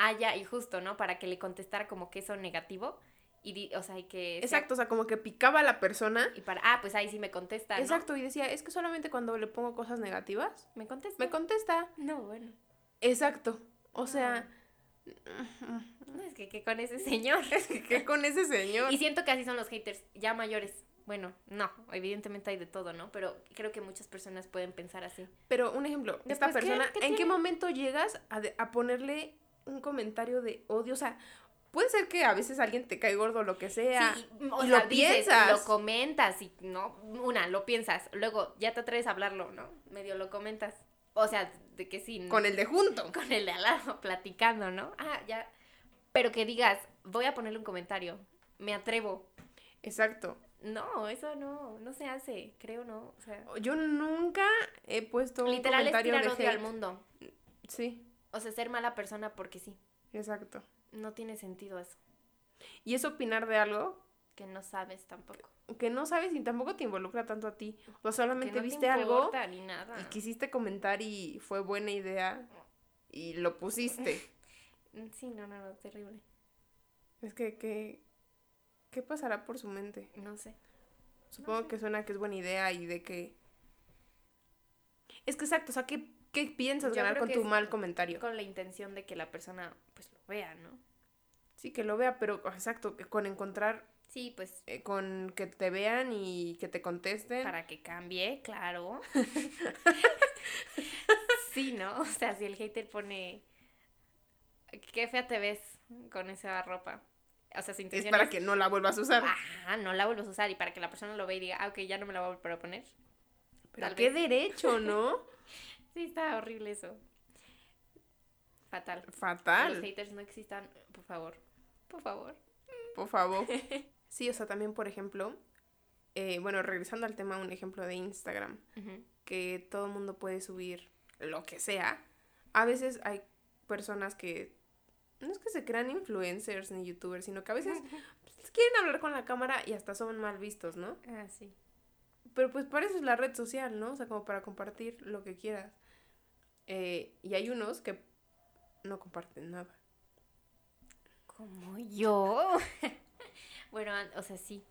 [SPEAKER 2] Ah, ya, y justo, ¿no? Para que le contestara como que eso negativo. Y di- o sea, y que. sea-
[SPEAKER 1] Exacto, o sea, como que picaba a la persona.
[SPEAKER 2] Y para. Ah, pues ahí sí me contesta. ¿no?
[SPEAKER 1] Exacto, y decía, es que solamente cuando le pongo cosas negativas,
[SPEAKER 2] Me contesta.
[SPEAKER 1] me contesta.
[SPEAKER 2] no, bueno.
[SPEAKER 1] Exacto. O sea,
[SPEAKER 2] Ah, No, es que, que con ese señor.
[SPEAKER 1] ¿qué con ese señor?
[SPEAKER 2] Y siento que así son los haters, ya mayores. Bueno, no, evidentemente hay de todo, ¿no? Pero creo que muchas personas pueden pensar así.
[SPEAKER 1] Pero un ejemplo, esta
[SPEAKER 2] Después, ¿qué-
[SPEAKER 1] persona,
[SPEAKER 2] qué
[SPEAKER 1] ¿en qué
[SPEAKER 2] tiene?
[SPEAKER 1] momento llegas a, de- a ponerle un comentario de odio? O sea, puede ser que a veces alguien te cae gordo o lo que sea.
[SPEAKER 2] Sí, o
[SPEAKER 1] y
[SPEAKER 2] sea,
[SPEAKER 1] lo
[SPEAKER 2] dices,
[SPEAKER 1] piensas.
[SPEAKER 2] Lo comentas y no, una, lo piensas, luego ya te atreves a hablarlo, ¿no? Medio lo comentas. O sea, de que sí.
[SPEAKER 1] Con el de junto.
[SPEAKER 2] con el de al lado platicando, ¿no? Ah, ya. Pero que digas, voy a ponerle un comentario, me atrevo.
[SPEAKER 1] Exacto.
[SPEAKER 2] No, eso no, no se hace, creo no. O sea,
[SPEAKER 1] Yo nunca he puesto un
[SPEAKER 2] literal es
[SPEAKER 1] comentario
[SPEAKER 2] tirar
[SPEAKER 1] de
[SPEAKER 2] odio al
[SPEAKER 1] hate.
[SPEAKER 2] mundo.
[SPEAKER 1] Sí,
[SPEAKER 2] O sea, ser mala persona porque sí.
[SPEAKER 1] exacto.
[SPEAKER 2] No tiene sentido eso.
[SPEAKER 1] Y es opinar de algo
[SPEAKER 2] Que no sabes tampoco.
[SPEAKER 1] que no sabes y tampoco te involucra tanto a ti. O sea,
[SPEAKER 2] Que
[SPEAKER 1] solamente
[SPEAKER 2] no
[SPEAKER 1] viste
[SPEAKER 2] te
[SPEAKER 1] algo
[SPEAKER 2] importa ni nada.
[SPEAKER 1] y quisiste comentar y fue buena idea y lo pusiste.
[SPEAKER 2] Mm, Sí, no, no, no, terrible.
[SPEAKER 1] es que, ¿qué, ¿qué pasará por su mente?
[SPEAKER 2] No sé.
[SPEAKER 1] Supongo que suena que es buena idea y de que... Es que exacto, o sea, ¿qué, qué piensas
[SPEAKER 2] Yo
[SPEAKER 1] ganar
[SPEAKER 2] creo
[SPEAKER 1] con
[SPEAKER 2] que
[SPEAKER 1] tu
[SPEAKER 2] es-
[SPEAKER 1] mal comentario?
[SPEAKER 2] Con la intención de que la persona pues lo vea, ¿no?
[SPEAKER 1] Sí, que lo vea, pero exacto, que con encontrar,
[SPEAKER 2] Sí, pues
[SPEAKER 1] eh, con que te vean y que te contesten.
[SPEAKER 2] para que cambie, claro. sí, ¿no? O sea, si el hater pone qué fea te ves con esa ropa. O sea,
[SPEAKER 1] Es
[SPEAKER 2] su intención
[SPEAKER 1] para que no la vuelvas a usar.
[SPEAKER 2] Ajá, no la vuelvas a usar y para que la persona lo vea y diga, ah, ok, ya no me la voy a volver a poner.
[SPEAKER 1] pero
[SPEAKER 2] tal
[SPEAKER 1] qué
[SPEAKER 2] vez.
[SPEAKER 1] derecho, ¿no?
[SPEAKER 2] Sí, está horrible eso. Fatal. Que Los
[SPEAKER 1] Fatal,
[SPEAKER 2] haters no existan, por favor. Por favor.
[SPEAKER 1] por favor. Sí, o sea, también, por ejemplo, eh, bueno, regresando al tema, un ejemplo de Instagram. que todo el mundo puede subir lo que sea. A veces hay personas que no es que se crean influencers ni youtubers, sino que a veces pues, quieren hablar con la cámara y hasta son mal vistos, ¿no?
[SPEAKER 2] Ah, sí.
[SPEAKER 1] Pero pues para eso es la red social, ¿no? O sea, como para compartir lo que quieras. Eh, y hay unos que no comparten nada.
[SPEAKER 2] Como yo. bueno, an- o sea, sí.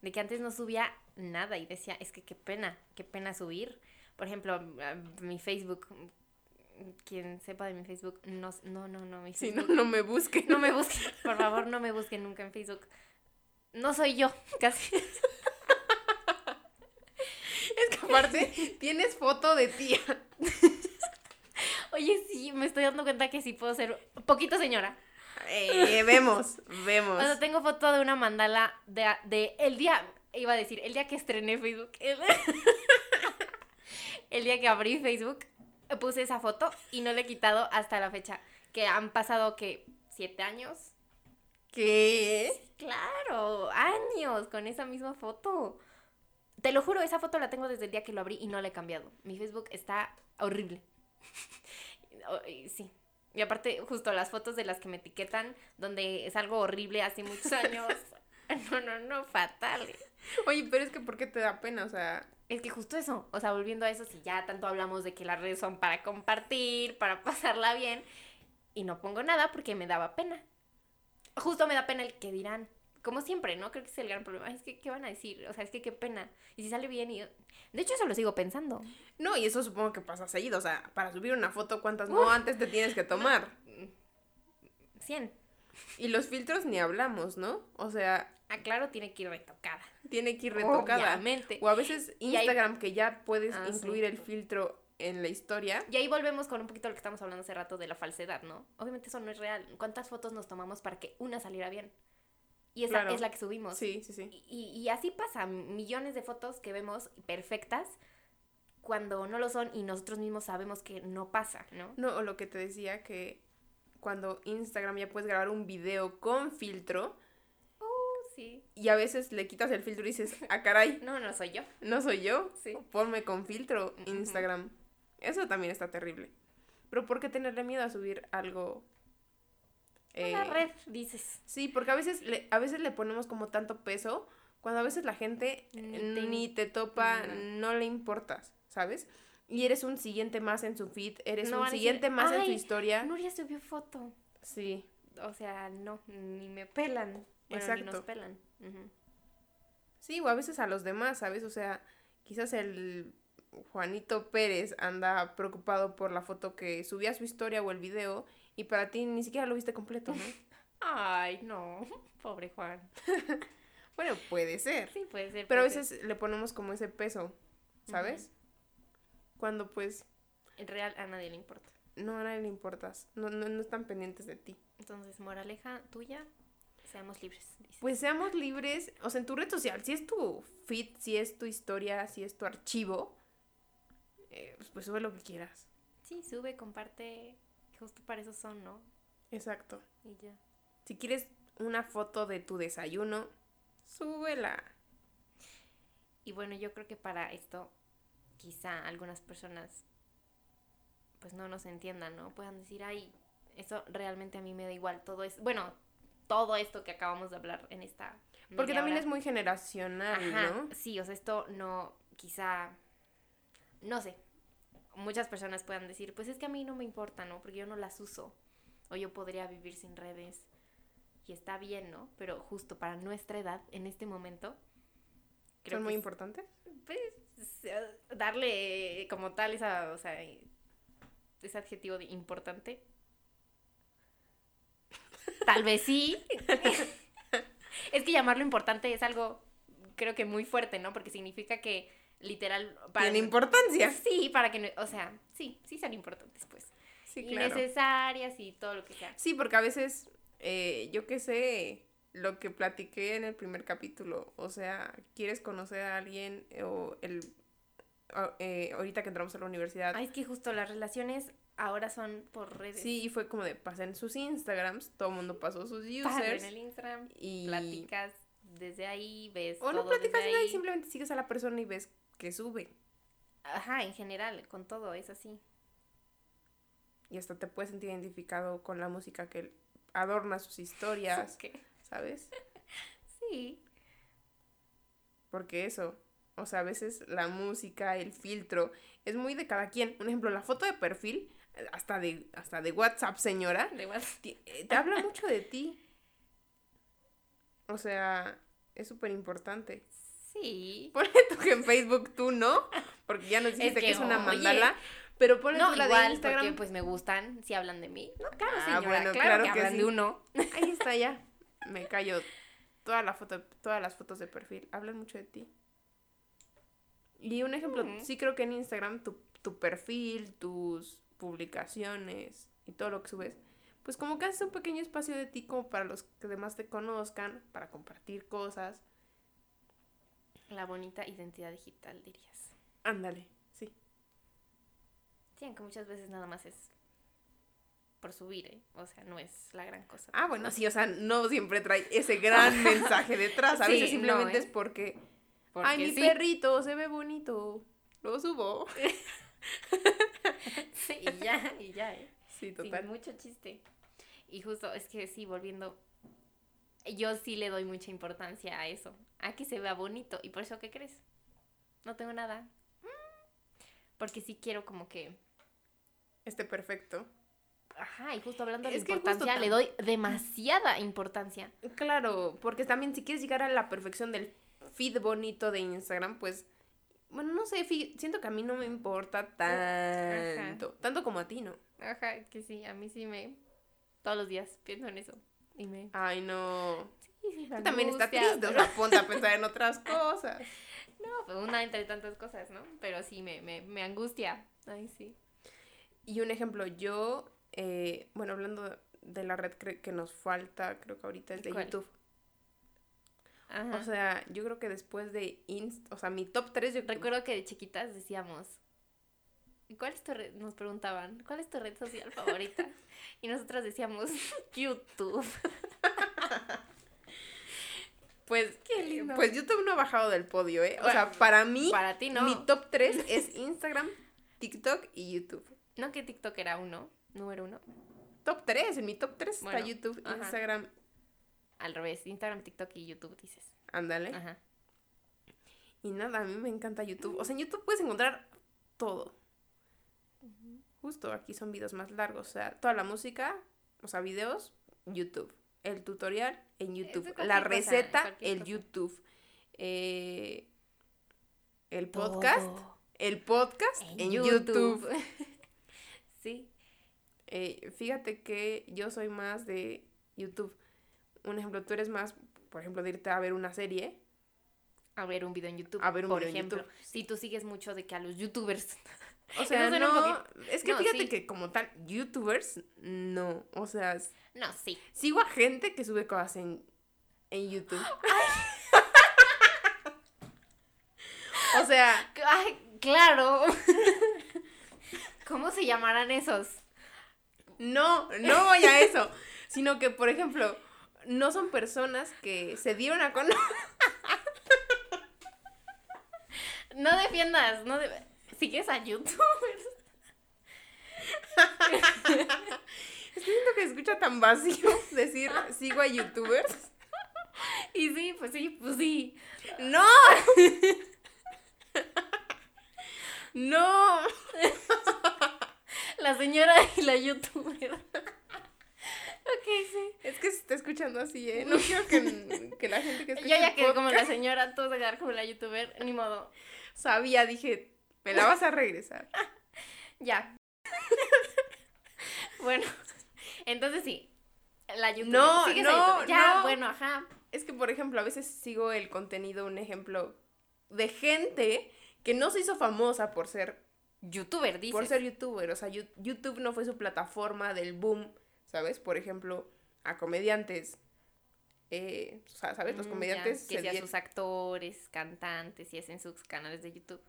[SPEAKER 2] De que antes no subía nada y decía, es que qué pena, qué pena subir. Por ejemplo, m- a- mi Facebook, quien sepa de mi Facebook, no, no, no, no, mi
[SPEAKER 1] Si
[SPEAKER 2] Facebook-
[SPEAKER 1] no, no me busquen.
[SPEAKER 2] No me busquen, por favor, no me busquen nunca en Facebook. No soy yo, casi.
[SPEAKER 1] Es que aparte tienes foto de tía.
[SPEAKER 2] Oye, sí, me estoy dando cuenta que sí puedo ser poquito señora.
[SPEAKER 1] Eh, vemos,
[SPEAKER 2] O
[SPEAKER 1] vemos.
[SPEAKER 2] sea, tengo foto de una mandala de, de el día, iba a decir, el día que estrené Facebook. El, el día que abrí Facebook, puse esa foto y no la he quitado hasta la fecha. Que han pasado, que ¿Siete años?
[SPEAKER 1] ¿Qué?
[SPEAKER 2] Claro, años con esa misma foto. Te lo juro, esa foto la tengo desde el día que lo abrí y no la he cambiado. Mi Facebook está horrible. O- y sí. Y aparte, justo las fotos de las que me etiquetan, donde es algo horrible hace muchos años. No, no, no, fatal.
[SPEAKER 1] Oye, pero es que ¿por qué te da pena? O sea,
[SPEAKER 2] Es que justo eso, o sea, volviendo a eso, si ya tanto hablamos de que las redes son para compartir, para pasarla bien, y no pongo nada porque me daba pena. Justo me da pena el que dirán. Como siempre, ¿no? Creo que es el gran problema. Es que, ¿qué van a decir? O sea, es que qué pena. Y si sale bien y... De hecho, eso lo sigo pensando.
[SPEAKER 1] no, y eso supongo que pasa seguido. O sea, para subir una foto, ¿cuántas no antes te tienes que tomar?
[SPEAKER 2] 100.
[SPEAKER 1] Y los filtros ni hablamos, ¿no? O sea,
[SPEAKER 2] Ah, claro, tiene que ir retocada.
[SPEAKER 1] tiene que ir retocada.
[SPEAKER 2] Obviamente.
[SPEAKER 1] O a veces
[SPEAKER 2] Y hay-
[SPEAKER 1] Instagram, que ya puedes
[SPEAKER 2] Ah, sí.
[SPEAKER 1] incluir el filtro en la historia.
[SPEAKER 2] Y ahí volvemos con un poquito lo que estamos hablando hace rato de la falsedad, ¿no? Obviamente eso no es real. ¿Cuántas fotos nos tomamos para que una saliera bien? Y esa
[SPEAKER 1] Claro.
[SPEAKER 2] es la que subimos.
[SPEAKER 1] Sí, sí, sí.
[SPEAKER 2] Y, y así pasa, millones de fotos que vemos perfectas cuando no lo son y nosotros mismos sabemos que no pasa, ¿no?
[SPEAKER 1] No, o lo que te decía, que cuando Instagram ya puedes grabar un video con filtro
[SPEAKER 2] Sí.
[SPEAKER 1] y a veces le quitas el filtro y dices, ah, caray,
[SPEAKER 2] No, no soy yo.
[SPEAKER 1] no soy yo.
[SPEAKER 2] Sí.
[SPEAKER 1] Ponme con filtro
[SPEAKER 2] Ujú.
[SPEAKER 1] Instagram. Eso también está terrible. Pero ¿por qué tenerle miedo a subir algo? eh,
[SPEAKER 2] Una red, dices.
[SPEAKER 1] Sí, porque a veces le, a veces le ponemos como tanto peso cuando a veces la gente
[SPEAKER 2] Ni
[SPEAKER 1] eh,
[SPEAKER 2] te
[SPEAKER 1] ni, te topa,
[SPEAKER 2] Ajá.
[SPEAKER 1] no le importas, ¿sabes? Y eres un siguiente más en su feed, eres
[SPEAKER 2] No
[SPEAKER 1] un
[SPEAKER 2] van a decir,
[SPEAKER 1] siguiente más en su
[SPEAKER 2] "Ay,
[SPEAKER 1] historia.
[SPEAKER 2] Nuria subió foto.
[SPEAKER 1] Sí,
[SPEAKER 2] O sea, no, ni me pelan. Bueno, ni nos
[SPEAKER 1] Exacto.
[SPEAKER 2] pelan. Ujú.
[SPEAKER 1] sí, o a veces a los demás, ¿sabes? O sea, quizás el Juanito Pérez anda preocupado por la foto que subía a su historia o el video y para ti ni siquiera lo viste completo, ¿no?
[SPEAKER 2] Ay, no. Pobre Juan.
[SPEAKER 1] bueno, puede ser.
[SPEAKER 2] Sí, puede ser.
[SPEAKER 1] Pero a
[SPEAKER 2] puede ser.
[SPEAKER 1] veces le ponemos como ese peso, ¿sabes? Cuando pues
[SPEAKER 2] En real a nadie le importa.
[SPEAKER 1] No, a nadie le importas. No, no, no están pendientes de ti.
[SPEAKER 2] Entonces, moraleja tuya, seamos libres. dices.
[SPEAKER 1] Pues seamos libres. O sea, en tu red social, si es tu feed, si es tu historia, si es tu archivo, eh, pues, pues sube lo que quieras.
[SPEAKER 2] Sí, sube, comparte. Justo para eso son, ¿no?
[SPEAKER 1] Exacto.
[SPEAKER 2] Y ya.
[SPEAKER 1] Si quieres una foto de tu desayuno, súbela.
[SPEAKER 2] Y bueno, yo creo que para esto quizá algunas personas pues no nos entiendan, ¿no? Puedan decir, ay, eso realmente a mí me da igual, todo es, bueno, todo esto que acabamos de hablar en esta...
[SPEAKER 1] Porque
[SPEAKER 2] media
[SPEAKER 1] también
[SPEAKER 2] hora".
[SPEAKER 1] es muy generacional,
[SPEAKER 2] Ajá,
[SPEAKER 1] ¿no?
[SPEAKER 2] Sí, o sea, esto no, quizá, no sé, muchas personas puedan decir, pues es que a mí no me importa, ¿no? Porque yo no las uso, o yo podría vivir sin redes, y está bien, ¿no? Pero justo para nuestra edad, en este momento...
[SPEAKER 1] Son muy
[SPEAKER 2] que es-
[SPEAKER 1] importantes.
[SPEAKER 2] pues, eh, darle como tal esa, o sea, eh, ese adjetivo de importante. Tal vez sí. es que llamarlo importante es algo, creo que muy fuerte, ¿no? Porque significa que literal...
[SPEAKER 1] Tiene importancia.
[SPEAKER 2] Sí, para que no... O sea, sí, sí son importantes, pues.
[SPEAKER 1] Sí,
[SPEAKER 2] y
[SPEAKER 1] claro.
[SPEAKER 2] necesarias y todo lo que sea.
[SPEAKER 1] Sí, porque a veces, eh, yo qué sé, lo que platiqué en el primer capítulo, o sea, quieres conocer a alguien eh, o el... a- eh, ahorita que entramos a la universidad.
[SPEAKER 2] Ay, es que justo las relaciones ahora son por redes.
[SPEAKER 1] sí, y fue como de pasen sus Instagrams, todo el mundo pasó sus
[SPEAKER 2] Pájaro en
[SPEAKER 1] users
[SPEAKER 2] el Instagram.
[SPEAKER 1] y...
[SPEAKER 2] platicas desde ahí, ves
[SPEAKER 1] O no
[SPEAKER 2] todo desde
[SPEAKER 1] platicas nada
[SPEAKER 2] ahí.
[SPEAKER 1] y simplemente sigues a la persona y ves que sube.
[SPEAKER 2] Ajá, en general, con todo, es así.
[SPEAKER 1] Y hasta te puedes sentir identificado con la música que adorna sus historias,
[SPEAKER 2] Ok.
[SPEAKER 1] ¿sabes?
[SPEAKER 2] Sí.
[SPEAKER 1] Porque eso, o sea, a veces la música, el filtro, es muy de cada quien. Un ejemplo, la foto de perfil, eh, hasta de, hasta de WhatsApp, señora,
[SPEAKER 2] De más.
[SPEAKER 1] ti- eh, te habla mucho de ti. O sea, es súper importante.
[SPEAKER 2] Sí.
[SPEAKER 1] Ponle tú que en Facebook tú no, porque ya nos dijiste
[SPEAKER 2] que,
[SPEAKER 1] que, es una
[SPEAKER 2] oye.
[SPEAKER 1] mandala, Pero pones
[SPEAKER 2] No,
[SPEAKER 1] la
[SPEAKER 2] igual,
[SPEAKER 1] de Instagram.
[SPEAKER 2] porque pues me gustan, si hablan de mí. No, claro,
[SPEAKER 1] Ah,
[SPEAKER 2] señora,
[SPEAKER 1] bueno, claro
[SPEAKER 2] claro,
[SPEAKER 1] que
[SPEAKER 2] que hablan
[SPEAKER 1] sí.
[SPEAKER 2] de uno.
[SPEAKER 1] Ahí está ya. Me callo. Toda la foto, todas las fotos de perfil hablan mucho de ti. Y un ejemplo,
[SPEAKER 2] Mm.
[SPEAKER 1] sí creo que en Instagram tu, tu perfil, tus publicaciones y todo lo que subes, pues como que haces un pequeño espacio de ti como para los que demás te conozcan, para compartir cosas.
[SPEAKER 2] La bonita identidad digital, dirías.
[SPEAKER 1] Ándale, sí.
[SPEAKER 2] Sí, aunque muchas veces nada más es por subir, ¿eh? O sea, no es la gran cosa.
[SPEAKER 1] Ah, bueno, sí, o sea, no siempre trae ese gran mensaje detrás. A
[SPEAKER 2] Sí,
[SPEAKER 1] veces simplemente
[SPEAKER 2] no, ¿eh?
[SPEAKER 1] es porque,
[SPEAKER 2] Porque
[SPEAKER 1] ay, mi
[SPEAKER 2] sí.
[SPEAKER 1] perrito se ve bonito, lo subo.
[SPEAKER 2] Sí, y ya, y ya, ¿eh?
[SPEAKER 1] Sí,
[SPEAKER 2] Sin
[SPEAKER 1] total.
[SPEAKER 2] mucho chiste. Y justo, es que sí, volviendo, yo sí le doy mucha importancia a eso, a que se vea bonito. ¿Y por eso qué crees? No tengo nada. Mm. Porque sí quiero como que...
[SPEAKER 1] Esté Este, perfecto.
[SPEAKER 2] Ajá, y justo hablando de
[SPEAKER 1] Es que justo
[SPEAKER 2] importancia,
[SPEAKER 1] tam-
[SPEAKER 2] le doy demasiada importancia.
[SPEAKER 1] Claro, porque también si quieres llegar a la perfección del feed bonito de Instagram, pues, bueno, no sé, fi- siento que a mí no me importa tanto, tanto como a ti, ¿no?
[SPEAKER 2] Ajá, que sí, a mí sí me... Todos los días pienso en eso. Y me...
[SPEAKER 1] Ay, no.
[SPEAKER 2] Sí, me
[SPEAKER 1] Tú también estás
[SPEAKER 2] angustia,
[SPEAKER 1] triste, o
[SPEAKER 2] pero-
[SPEAKER 1] sea, ponte a pensar en otras cosas.
[SPEAKER 2] No, pues una entre tantas cosas, ¿no? Pero sí, me, me, me angustia. Ay, sí.
[SPEAKER 1] Y un ejemplo, yo, eh, bueno, hablando de la red cre- que nos falta, creo que ahorita es de
[SPEAKER 2] ¿Cuál?
[SPEAKER 1] YouTube.
[SPEAKER 2] Ajá.
[SPEAKER 1] O sea, yo creo que después de Inst, o sea, mi top 3 yo
[SPEAKER 2] Recuerdo que de chiquitas decíamos, ¿cuál es tu red? Nos preguntaban, ¿cuál es tu red social favorita? y nosotras decíamos, YouTube.
[SPEAKER 1] pues,
[SPEAKER 2] Qué lindo.
[SPEAKER 1] pues YouTube no ha bajado del podio, ¿eh? O sea, para mí,
[SPEAKER 2] Para ti no.
[SPEAKER 1] Mi top 3 es Instagram, TikTok y YouTube.
[SPEAKER 2] No que TikTok era uno, número uno.
[SPEAKER 1] Top 3, en mi top 3
[SPEAKER 2] Bueno,
[SPEAKER 1] está YouTube,
[SPEAKER 2] ajá.
[SPEAKER 1] Instagram,
[SPEAKER 2] Al revés, Instagram, TikTok y YouTube dices.
[SPEAKER 1] ándale.
[SPEAKER 2] Ajá.
[SPEAKER 1] Y nada, a mí me encanta YouTube. O sea, en YouTube puedes encontrar todo. Justo aquí son videos más largos. O sea, toda la música, o sea, videos, YouTube. El tutorial en YouTube.
[SPEAKER 2] cualquier
[SPEAKER 1] La
[SPEAKER 2] cosa, ¿eh?
[SPEAKER 1] receta,
[SPEAKER 2] cualquier
[SPEAKER 1] el
[SPEAKER 2] cosa.
[SPEAKER 1] YouTube. Eh, el podcast.
[SPEAKER 2] Todo.
[SPEAKER 1] El podcast en, YouTube.
[SPEAKER 2] sí.
[SPEAKER 1] Eh, fíjate que yo soy más de YouTube. Un ejemplo, tú eres más, por ejemplo, de irte a ver una serie.
[SPEAKER 2] A ver un video en YouTube.
[SPEAKER 1] A ver un
[SPEAKER 2] por
[SPEAKER 1] video en
[SPEAKER 2] ejemplo.
[SPEAKER 1] YouTube.
[SPEAKER 2] Si tú sigues mucho de que a los youtubers.
[SPEAKER 1] O sea,
[SPEAKER 2] suena un
[SPEAKER 1] no, es que
[SPEAKER 2] no,
[SPEAKER 1] fíjate
[SPEAKER 2] sí.
[SPEAKER 1] que como tal, youtubers, no. O sea, s-
[SPEAKER 2] No, sí.
[SPEAKER 1] sigo a gente que sube cosas en, en YouTube. o sea,
[SPEAKER 2] Ay, claro. ¿Cómo se llamarán esos?
[SPEAKER 1] no, no voy a eso. Sino que, por ejemplo, no son personas que se dieron a conocer.
[SPEAKER 2] No defiendas, no de... sigues a YouTube.
[SPEAKER 1] Siento que se escucha tan vacío decir sigo a youtubers.
[SPEAKER 2] Y sí, pues sí, pues sí.
[SPEAKER 1] ¡No! ¡No!
[SPEAKER 2] La señora y la youtuber. ok, sí.
[SPEAKER 1] Es que se está escuchando así, ¿eh? No quiero que, que la gente que
[SPEAKER 2] Yo
[SPEAKER 1] escucha
[SPEAKER 2] ya
[SPEAKER 1] el
[SPEAKER 2] quedé como la
[SPEAKER 1] podcast
[SPEAKER 2] señora, tú vas a quedar como la youtuber, ni modo.
[SPEAKER 1] Sabía, dije, me la vas a regresar.
[SPEAKER 2] Ya. bueno, entonces sí. La youtuber.
[SPEAKER 1] No,
[SPEAKER 2] sigues a
[SPEAKER 1] no,
[SPEAKER 2] youtuber. Ya,
[SPEAKER 1] no.
[SPEAKER 2] bueno, ajá.
[SPEAKER 1] Es que, por ejemplo, a veces sigo el contenido, un ejemplo, de gente que no se hizo famosa por ser,
[SPEAKER 2] Youtuber, dice.
[SPEAKER 1] por ser youtuber. O sea, Yu- YouTube no fue su plataforma del boom, ¿sabes? Por ejemplo, a comediantes. eh, o sea, ¿sabes? Los comediantes
[SPEAKER 2] Mm, que
[SPEAKER 1] se
[SPEAKER 2] sean
[SPEAKER 1] dieron-
[SPEAKER 2] sus actores, cantantes y hacen sus canales de YouTube.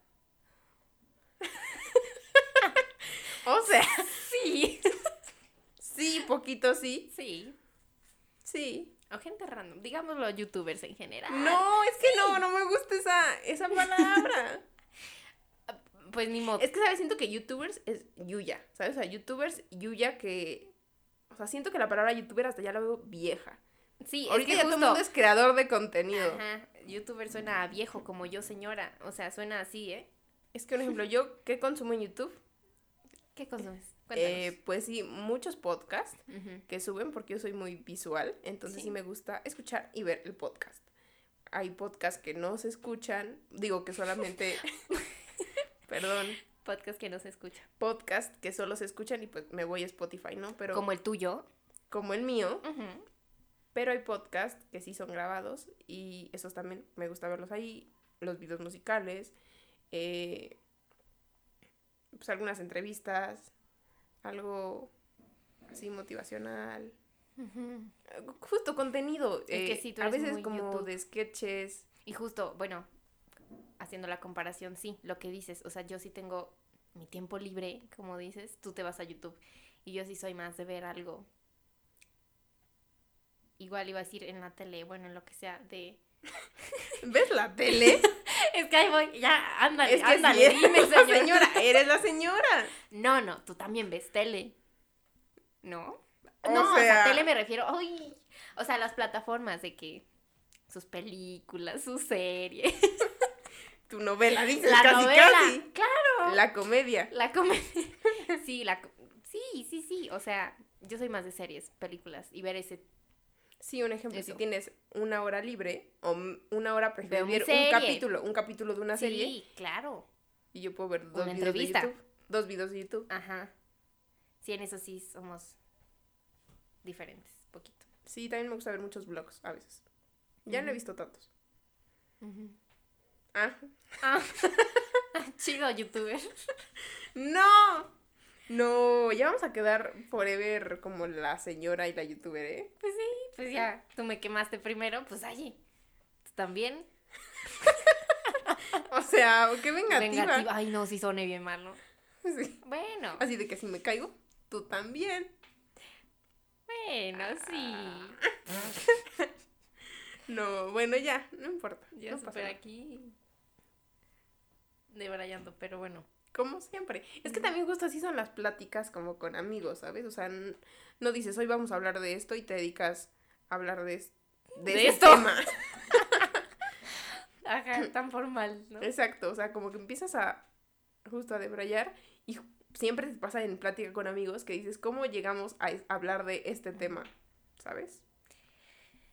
[SPEAKER 1] O sea,
[SPEAKER 2] Sí.
[SPEAKER 1] sí, poquito sí.
[SPEAKER 2] sí.
[SPEAKER 1] Sí.
[SPEAKER 2] O gente random, digámoslo youtubers en general.
[SPEAKER 1] No, es que no, no me gusta esa, esa palabra.
[SPEAKER 2] Pues ni modo.
[SPEAKER 1] es que, ¿sabes? Siento que youtubers es Yuya, ¿sabes? O sea, youtubers, Yuya que... O sea, siento que la palabra youtuber hasta ya la veo vieja.
[SPEAKER 2] Sí, es
[SPEAKER 1] Ahorita
[SPEAKER 2] que
[SPEAKER 1] ya todo el mundo es
[SPEAKER 2] justo-
[SPEAKER 1] creador de contenido.
[SPEAKER 2] Ajá, youtuber suena a viejo como yo, señora. O sea, suena así, ¿eh?
[SPEAKER 1] Es que, por ejempemplo, yo, ¿qué consumo en YouTube?
[SPEAKER 2] ¿Qué consumes? Cuéntanos.
[SPEAKER 1] Eh, pues sí, muchos podcasts
[SPEAKER 2] Ujú.
[SPEAKER 1] que suben porque yo soy muy visual, entonces sí.
[SPEAKER 2] Sí.
[SPEAKER 1] me gusta escuchar y ver el podcast. Hay podcasts que no se escuchan, digo que solamente... Perdón.
[SPEAKER 2] Podcast que no se escucha.
[SPEAKER 1] podcast que solo se escuchan y pues me voy a Spotify, ¿no? Pero
[SPEAKER 2] Como el tuyo.
[SPEAKER 1] como el mío,
[SPEAKER 2] Ujú.
[SPEAKER 1] pero hay podcasts que sí son grabados y esos también me gusta verlos ahí, los videos musicales, eh, pues algunas entrevistas, algo así motivacional,
[SPEAKER 2] Ujú.
[SPEAKER 1] eh, justo contenido,
[SPEAKER 2] Es que
[SPEAKER 1] eh,
[SPEAKER 2] sí, tú
[SPEAKER 1] a
[SPEAKER 2] eres
[SPEAKER 1] veces
[SPEAKER 2] muy
[SPEAKER 1] como
[SPEAKER 2] YouTube.
[SPEAKER 1] de sketches,
[SPEAKER 2] Y justo, bueno, haciendo la comparación, sí, lo que dices, o sea, yo sí tengo mi tiempo libre, como dices, tú te vas a YouTube y yo sí soy más de ver algo. Igual iba a decir en la tele, bueno, en lo que sea, de...
[SPEAKER 1] ves la tele,
[SPEAKER 2] Es que ahí voy, ya, ándale,
[SPEAKER 1] es que
[SPEAKER 2] ándale,
[SPEAKER 1] sí,
[SPEAKER 2] dime,
[SPEAKER 1] eres la
[SPEAKER 2] señor.
[SPEAKER 1] señora, eres la señora.
[SPEAKER 2] No, no, tú también ves tele. ¿No?
[SPEAKER 1] O
[SPEAKER 2] no, o sea,
[SPEAKER 1] sea-
[SPEAKER 2] tele me refiero. Ay, o sea, las plataformas de que sus películas, sus series,
[SPEAKER 1] Tu novela, dices,
[SPEAKER 2] la
[SPEAKER 1] casi
[SPEAKER 2] novela.
[SPEAKER 1] casi.
[SPEAKER 2] Claro,
[SPEAKER 1] La comedia.
[SPEAKER 2] la comedia. Sí, la co- sí, sí, sí. O sea, yo soy más de series, películas y ver ese.
[SPEAKER 1] Sí, un ejemplo, si
[SPEAKER 2] Eso.
[SPEAKER 1] tienes una hora libre o m- una hora para
[SPEAKER 2] Veo mi
[SPEAKER 1] escribir un
[SPEAKER 2] serie.
[SPEAKER 1] capítulo, un capítulo de una serie
[SPEAKER 2] Sí, claro.
[SPEAKER 1] y yo puedo ver dos
[SPEAKER 2] Una
[SPEAKER 1] videos
[SPEAKER 2] entrevista.
[SPEAKER 1] de YouTube, dos videos de YouTube.
[SPEAKER 2] Ajá. Sí, en eso sí somos diferentes, poquito.
[SPEAKER 1] Sí, también me gusta ver muchos vlogs a veces. Ya no he
[SPEAKER 2] Ujú.
[SPEAKER 1] visto tantos. Ah,
[SPEAKER 2] Ah, chido, youtuber.
[SPEAKER 1] no. No, ya vamos a quedar forever como la señora y la youtuber, ¿eh?
[SPEAKER 2] Pues sí, pues ya, tú me quemaste primero, pues allí. Tú también.
[SPEAKER 1] O sea, qué vengativa.
[SPEAKER 2] Vengativa. Ay, no, sí soné bien mal, ¿no?
[SPEAKER 1] Sí.
[SPEAKER 2] Bueno,
[SPEAKER 1] Así de que si me caigo, tú también.
[SPEAKER 2] bueno,
[SPEAKER 1] Ah,
[SPEAKER 2] sí.
[SPEAKER 1] No, bueno, ya, no importa.
[SPEAKER 2] Ya
[SPEAKER 1] no pasa
[SPEAKER 2] super
[SPEAKER 1] nada.
[SPEAKER 2] aquí. Debrayando, pero bueno.
[SPEAKER 1] Como siempre. Es que también justo así son las pláticas como con amigos, ¿sabes? O sea, n- no dices, hoy vamos a hablar de esto y te dedicas a hablar de, es- de,
[SPEAKER 2] De
[SPEAKER 1] ese
[SPEAKER 2] esto.
[SPEAKER 1] tema.
[SPEAKER 2] Ajá, tan formal, ¿no?
[SPEAKER 1] Exacto, o sea, como que empiezas a justo a debrayar y ju- siempre te pasa en plática con amigos que dices, ¿cómo llegamos a es- hablar de este tema? ¿Sabes?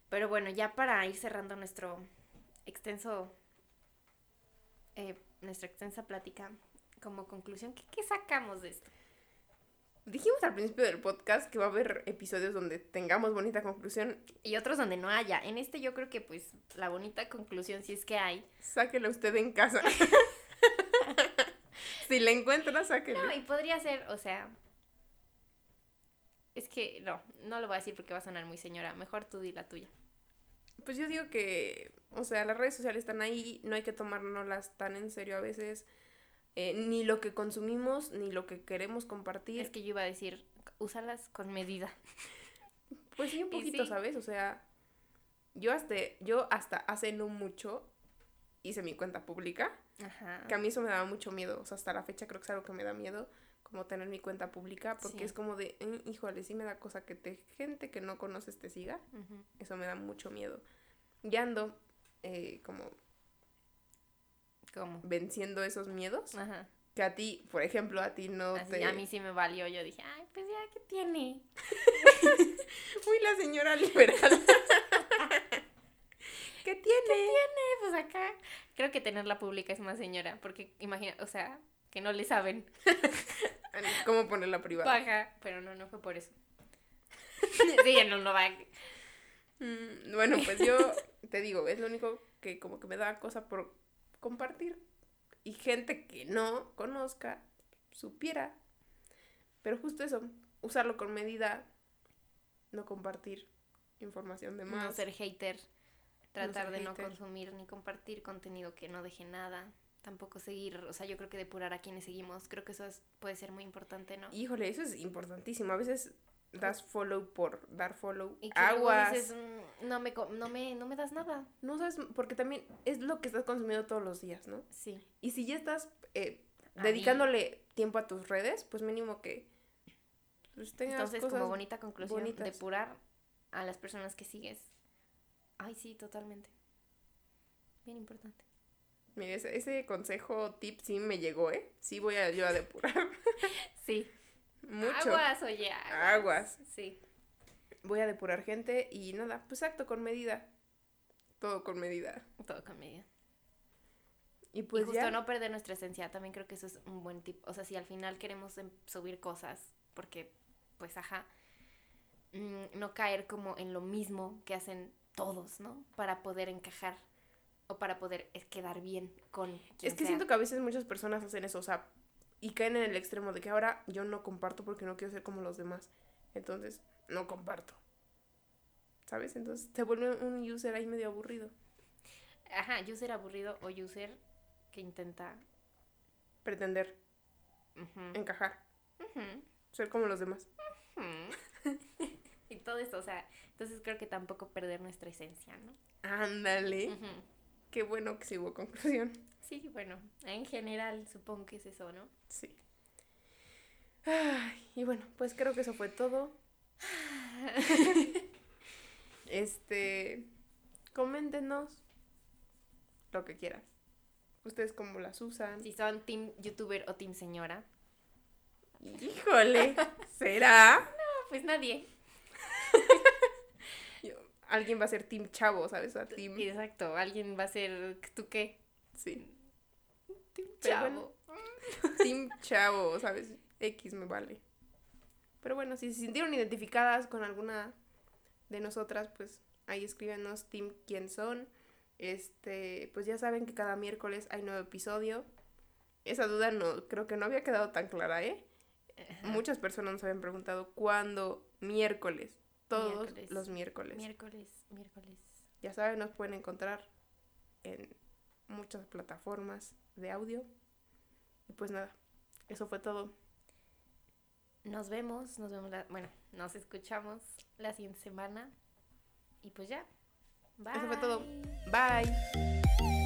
[SPEAKER 2] Pero bueno, ya para ir cerrando nuestro extenso. eh, nuestra extensa plática, como conclusión, ¿qué, qué sacamos de esto?
[SPEAKER 1] Dijimos al principio del podcast que va a haber episodios donde tengamos bonita conclusión.
[SPEAKER 2] Y otros donde no haya. En este yo creo que pues la bonita conclusión, si es que hay,
[SPEAKER 1] Sáquela usted en casa. si la encuentra, sáquela.
[SPEAKER 2] No, y podría ser, o sea. Es que no, no lo voy a decir porque va a sonar muy señora. Mejor tú di la tuya.
[SPEAKER 1] Pues yo digo que, o sea, las redes sociales están ahí, no hay que tomárnoslas tan en serio a veces, eh, ni lo que consumimos, ni lo que queremos compartir.
[SPEAKER 2] Es que yo iba a decir, úsalas con medida.
[SPEAKER 1] Pues sí, un
[SPEAKER 2] Y
[SPEAKER 1] poquito,
[SPEAKER 2] sí.
[SPEAKER 1] ¿sabes? O sea, yo hasta, yo hasta hace no mucho hice mi cuenta pública,
[SPEAKER 2] Ajá.
[SPEAKER 1] que a mí eso me daba mucho miedo, o sea, hasta la fecha creo que es algo que me da miedo, como tener mi cuenta pública, porque
[SPEAKER 2] Sí.
[SPEAKER 1] es como de, "Mm, híjole, sí me da cosa que te, gente que no conoces te siga.
[SPEAKER 2] Ujú.
[SPEAKER 1] Eso me da mucho miedo. Ya ando eh, como
[SPEAKER 2] ¿Cómo?
[SPEAKER 1] venciendo esos miedos.
[SPEAKER 2] Ajá.
[SPEAKER 1] Que a ti, por ejemplo, a ti no
[SPEAKER 2] Ah. Así,
[SPEAKER 1] te...
[SPEAKER 2] A mí sí me valió. Yo dije, ay, pues ya, ¿qué tiene?
[SPEAKER 1] Uy, la señora liberal. ¿Qué tiene?
[SPEAKER 2] Eh, pues acá. Creo que tenerla pública es más señora. Porque imagina, o sea, que no le saben.
[SPEAKER 1] ¿Cómo ponerla privada?
[SPEAKER 2] Paja. Pero no, no fue por eso. sí, no, no va.
[SPEAKER 1] Mm, bueno, pues yo te digo, es lo único que como que me da cosa por compartir. Y gente que no conozca, supiera. Pero justo eso, usarlo con medida, no compartir información de más.
[SPEAKER 2] No ser hater. Tratar de no
[SPEAKER 1] hater.
[SPEAKER 2] consumir ni compartir contenido que no deje nada. Tampoco seguir, o sea, yo creo que depurar a quienes seguimos. Creo que eso es- puede ser muy importante, ¿no? Y,
[SPEAKER 1] Híjole, eso es importantísimo. A veces das follow por dar follow.
[SPEAKER 2] que luego
[SPEAKER 1] Aguas.
[SPEAKER 2] dices, "Mm, no me, co- no, me, no me das nada.
[SPEAKER 1] No sabes, porque también es lo que estás consumiendo todos los días, ¿no?
[SPEAKER 2] Sí.
[SPEAKER 1] Y si ya estás eh,
[SPEAKER 2] Ahí.
[SPEAKER 1] dedicándole tiempo a tus redes, pues mínimo que pues, tengas
[SPEAKER 2] Entonces,
[SPEAKER 1] cosas...
[SPEAKER 2] como bonita conclusión,
[SPEAKER 1] bonitas.
[SPEAKER 2] depurar a las personas que sigues. Ay, sí, totalmente. Bien importante.
[SPEAKER 1] Mira, ese, ese consejo, tip, sí me llegó, ¿eh? Sí voy a, yo a depurar
[SPEAKER 2] Sí.
[SPEAKER 1] mucho.
[SPEAKER 2] Aguas, oye.
[SPEAKER 1] Aguas.
[SPEAKER 2] Sí.
[SPEAKER 1] Voy a depurar gente y nada, pues acto con medida. Todo con medida.
[SPEAKER 2] Todo con medida.
[SPEAKER 1] Y pues
[SPEAKER 2] y justo
[SPEAKER 1] ya.
[SPEAKER 2] no perder nuestra esencia, también creo que eso es un buen tip. O sea, si al final queremos em- subir cosas, porque, pues, ajá, mm, no caer como en lo mismo que hacen todos, ¿no? Para poder encajar o para poder eh, quedar bien con quien
[SPEAKER 1] Es que
[SPEAKER 2] pues, sea.
[SPEAKER 1] siento que a veces muchas personas hacen eso, o sea, y caen en el extremo de que ahora yo no comparto porque no quiero ser como los demás. Entonces, no comparto. ¿Sabes? Entonces te vuelve un user ahí medio aburrido.
[SPEAKER 2] Ajá, user aburrido o user que intenta...
[SPEAKER 1] Pretender
[SPEAKER 2] ujú,
[SPEAKER 1] encajar,
[SPEAKER 2] ujú.
[SPEAKER 1] ser como los demás.
[SPEAKER 2] Hmm. y todo eso, o sea, entonces creo que tampoco perder nuestra esencia, ¿no?
[SPEAKER 1] Ándale.
[SPEAKER 2] Ujú.
[SPEAKER 1] Qué bueno que sí hubo conclusión.
[SPEAKER 2] Sí, bueno, en general supongo que es eso, ¿no?
[SPEAKER 1] Sí. Ay, y bueno, pues creo que eso fue todo. este, coméntenos lo que quieran. Ustedes cómo las usan.
[SPEAKER 2] Si son team youtuber o team señora.
[SPEAKER 1] Híjole, ¿será?
[SPEAKER 2] No, pues nadie.
[SPEAKER 1] Yo- alguien va a ser team chavo, ¿sabes? O sea, team...
[SPEAKER 2] Exacto, alguien va a ser tú qué.
[SPEAKER 1] Sí. Team
[SPEAKER 2] Chavo.
[SPEAKER 1] Team Chavo, ¿sabes? X me vale. Pero bueno, si se sintieron identificadas con alguna de nosotras, pues ahí escríbenos Team quién son. Este, pues ya saben que cada miércoles hay nuevo episodio. Esa duda no, creo que no había quedado tan clara, ¿eh?
[SPEAKER 2] Ajá.
[SPEAKER 1] Muchas personas nos habían preguntado cuándo miércoles, todos
[SPEAKER 2] Miércoles.
[SPEAKER 1] los miércoles.
[SPEAKER 2] Miércoles, miércoles.
[SPEAKER 1] ya saben, nos pueden encontrar en muchas plataformas de audio. Y pues nada, eso fue todo.
[SPEAKER 2] Nos vemos, nos vemos, la- bueno, nos escuchamos la siguiente semana. Y pues ya. Bye.
[SPEAKER 1] Eso fue todo. Bye.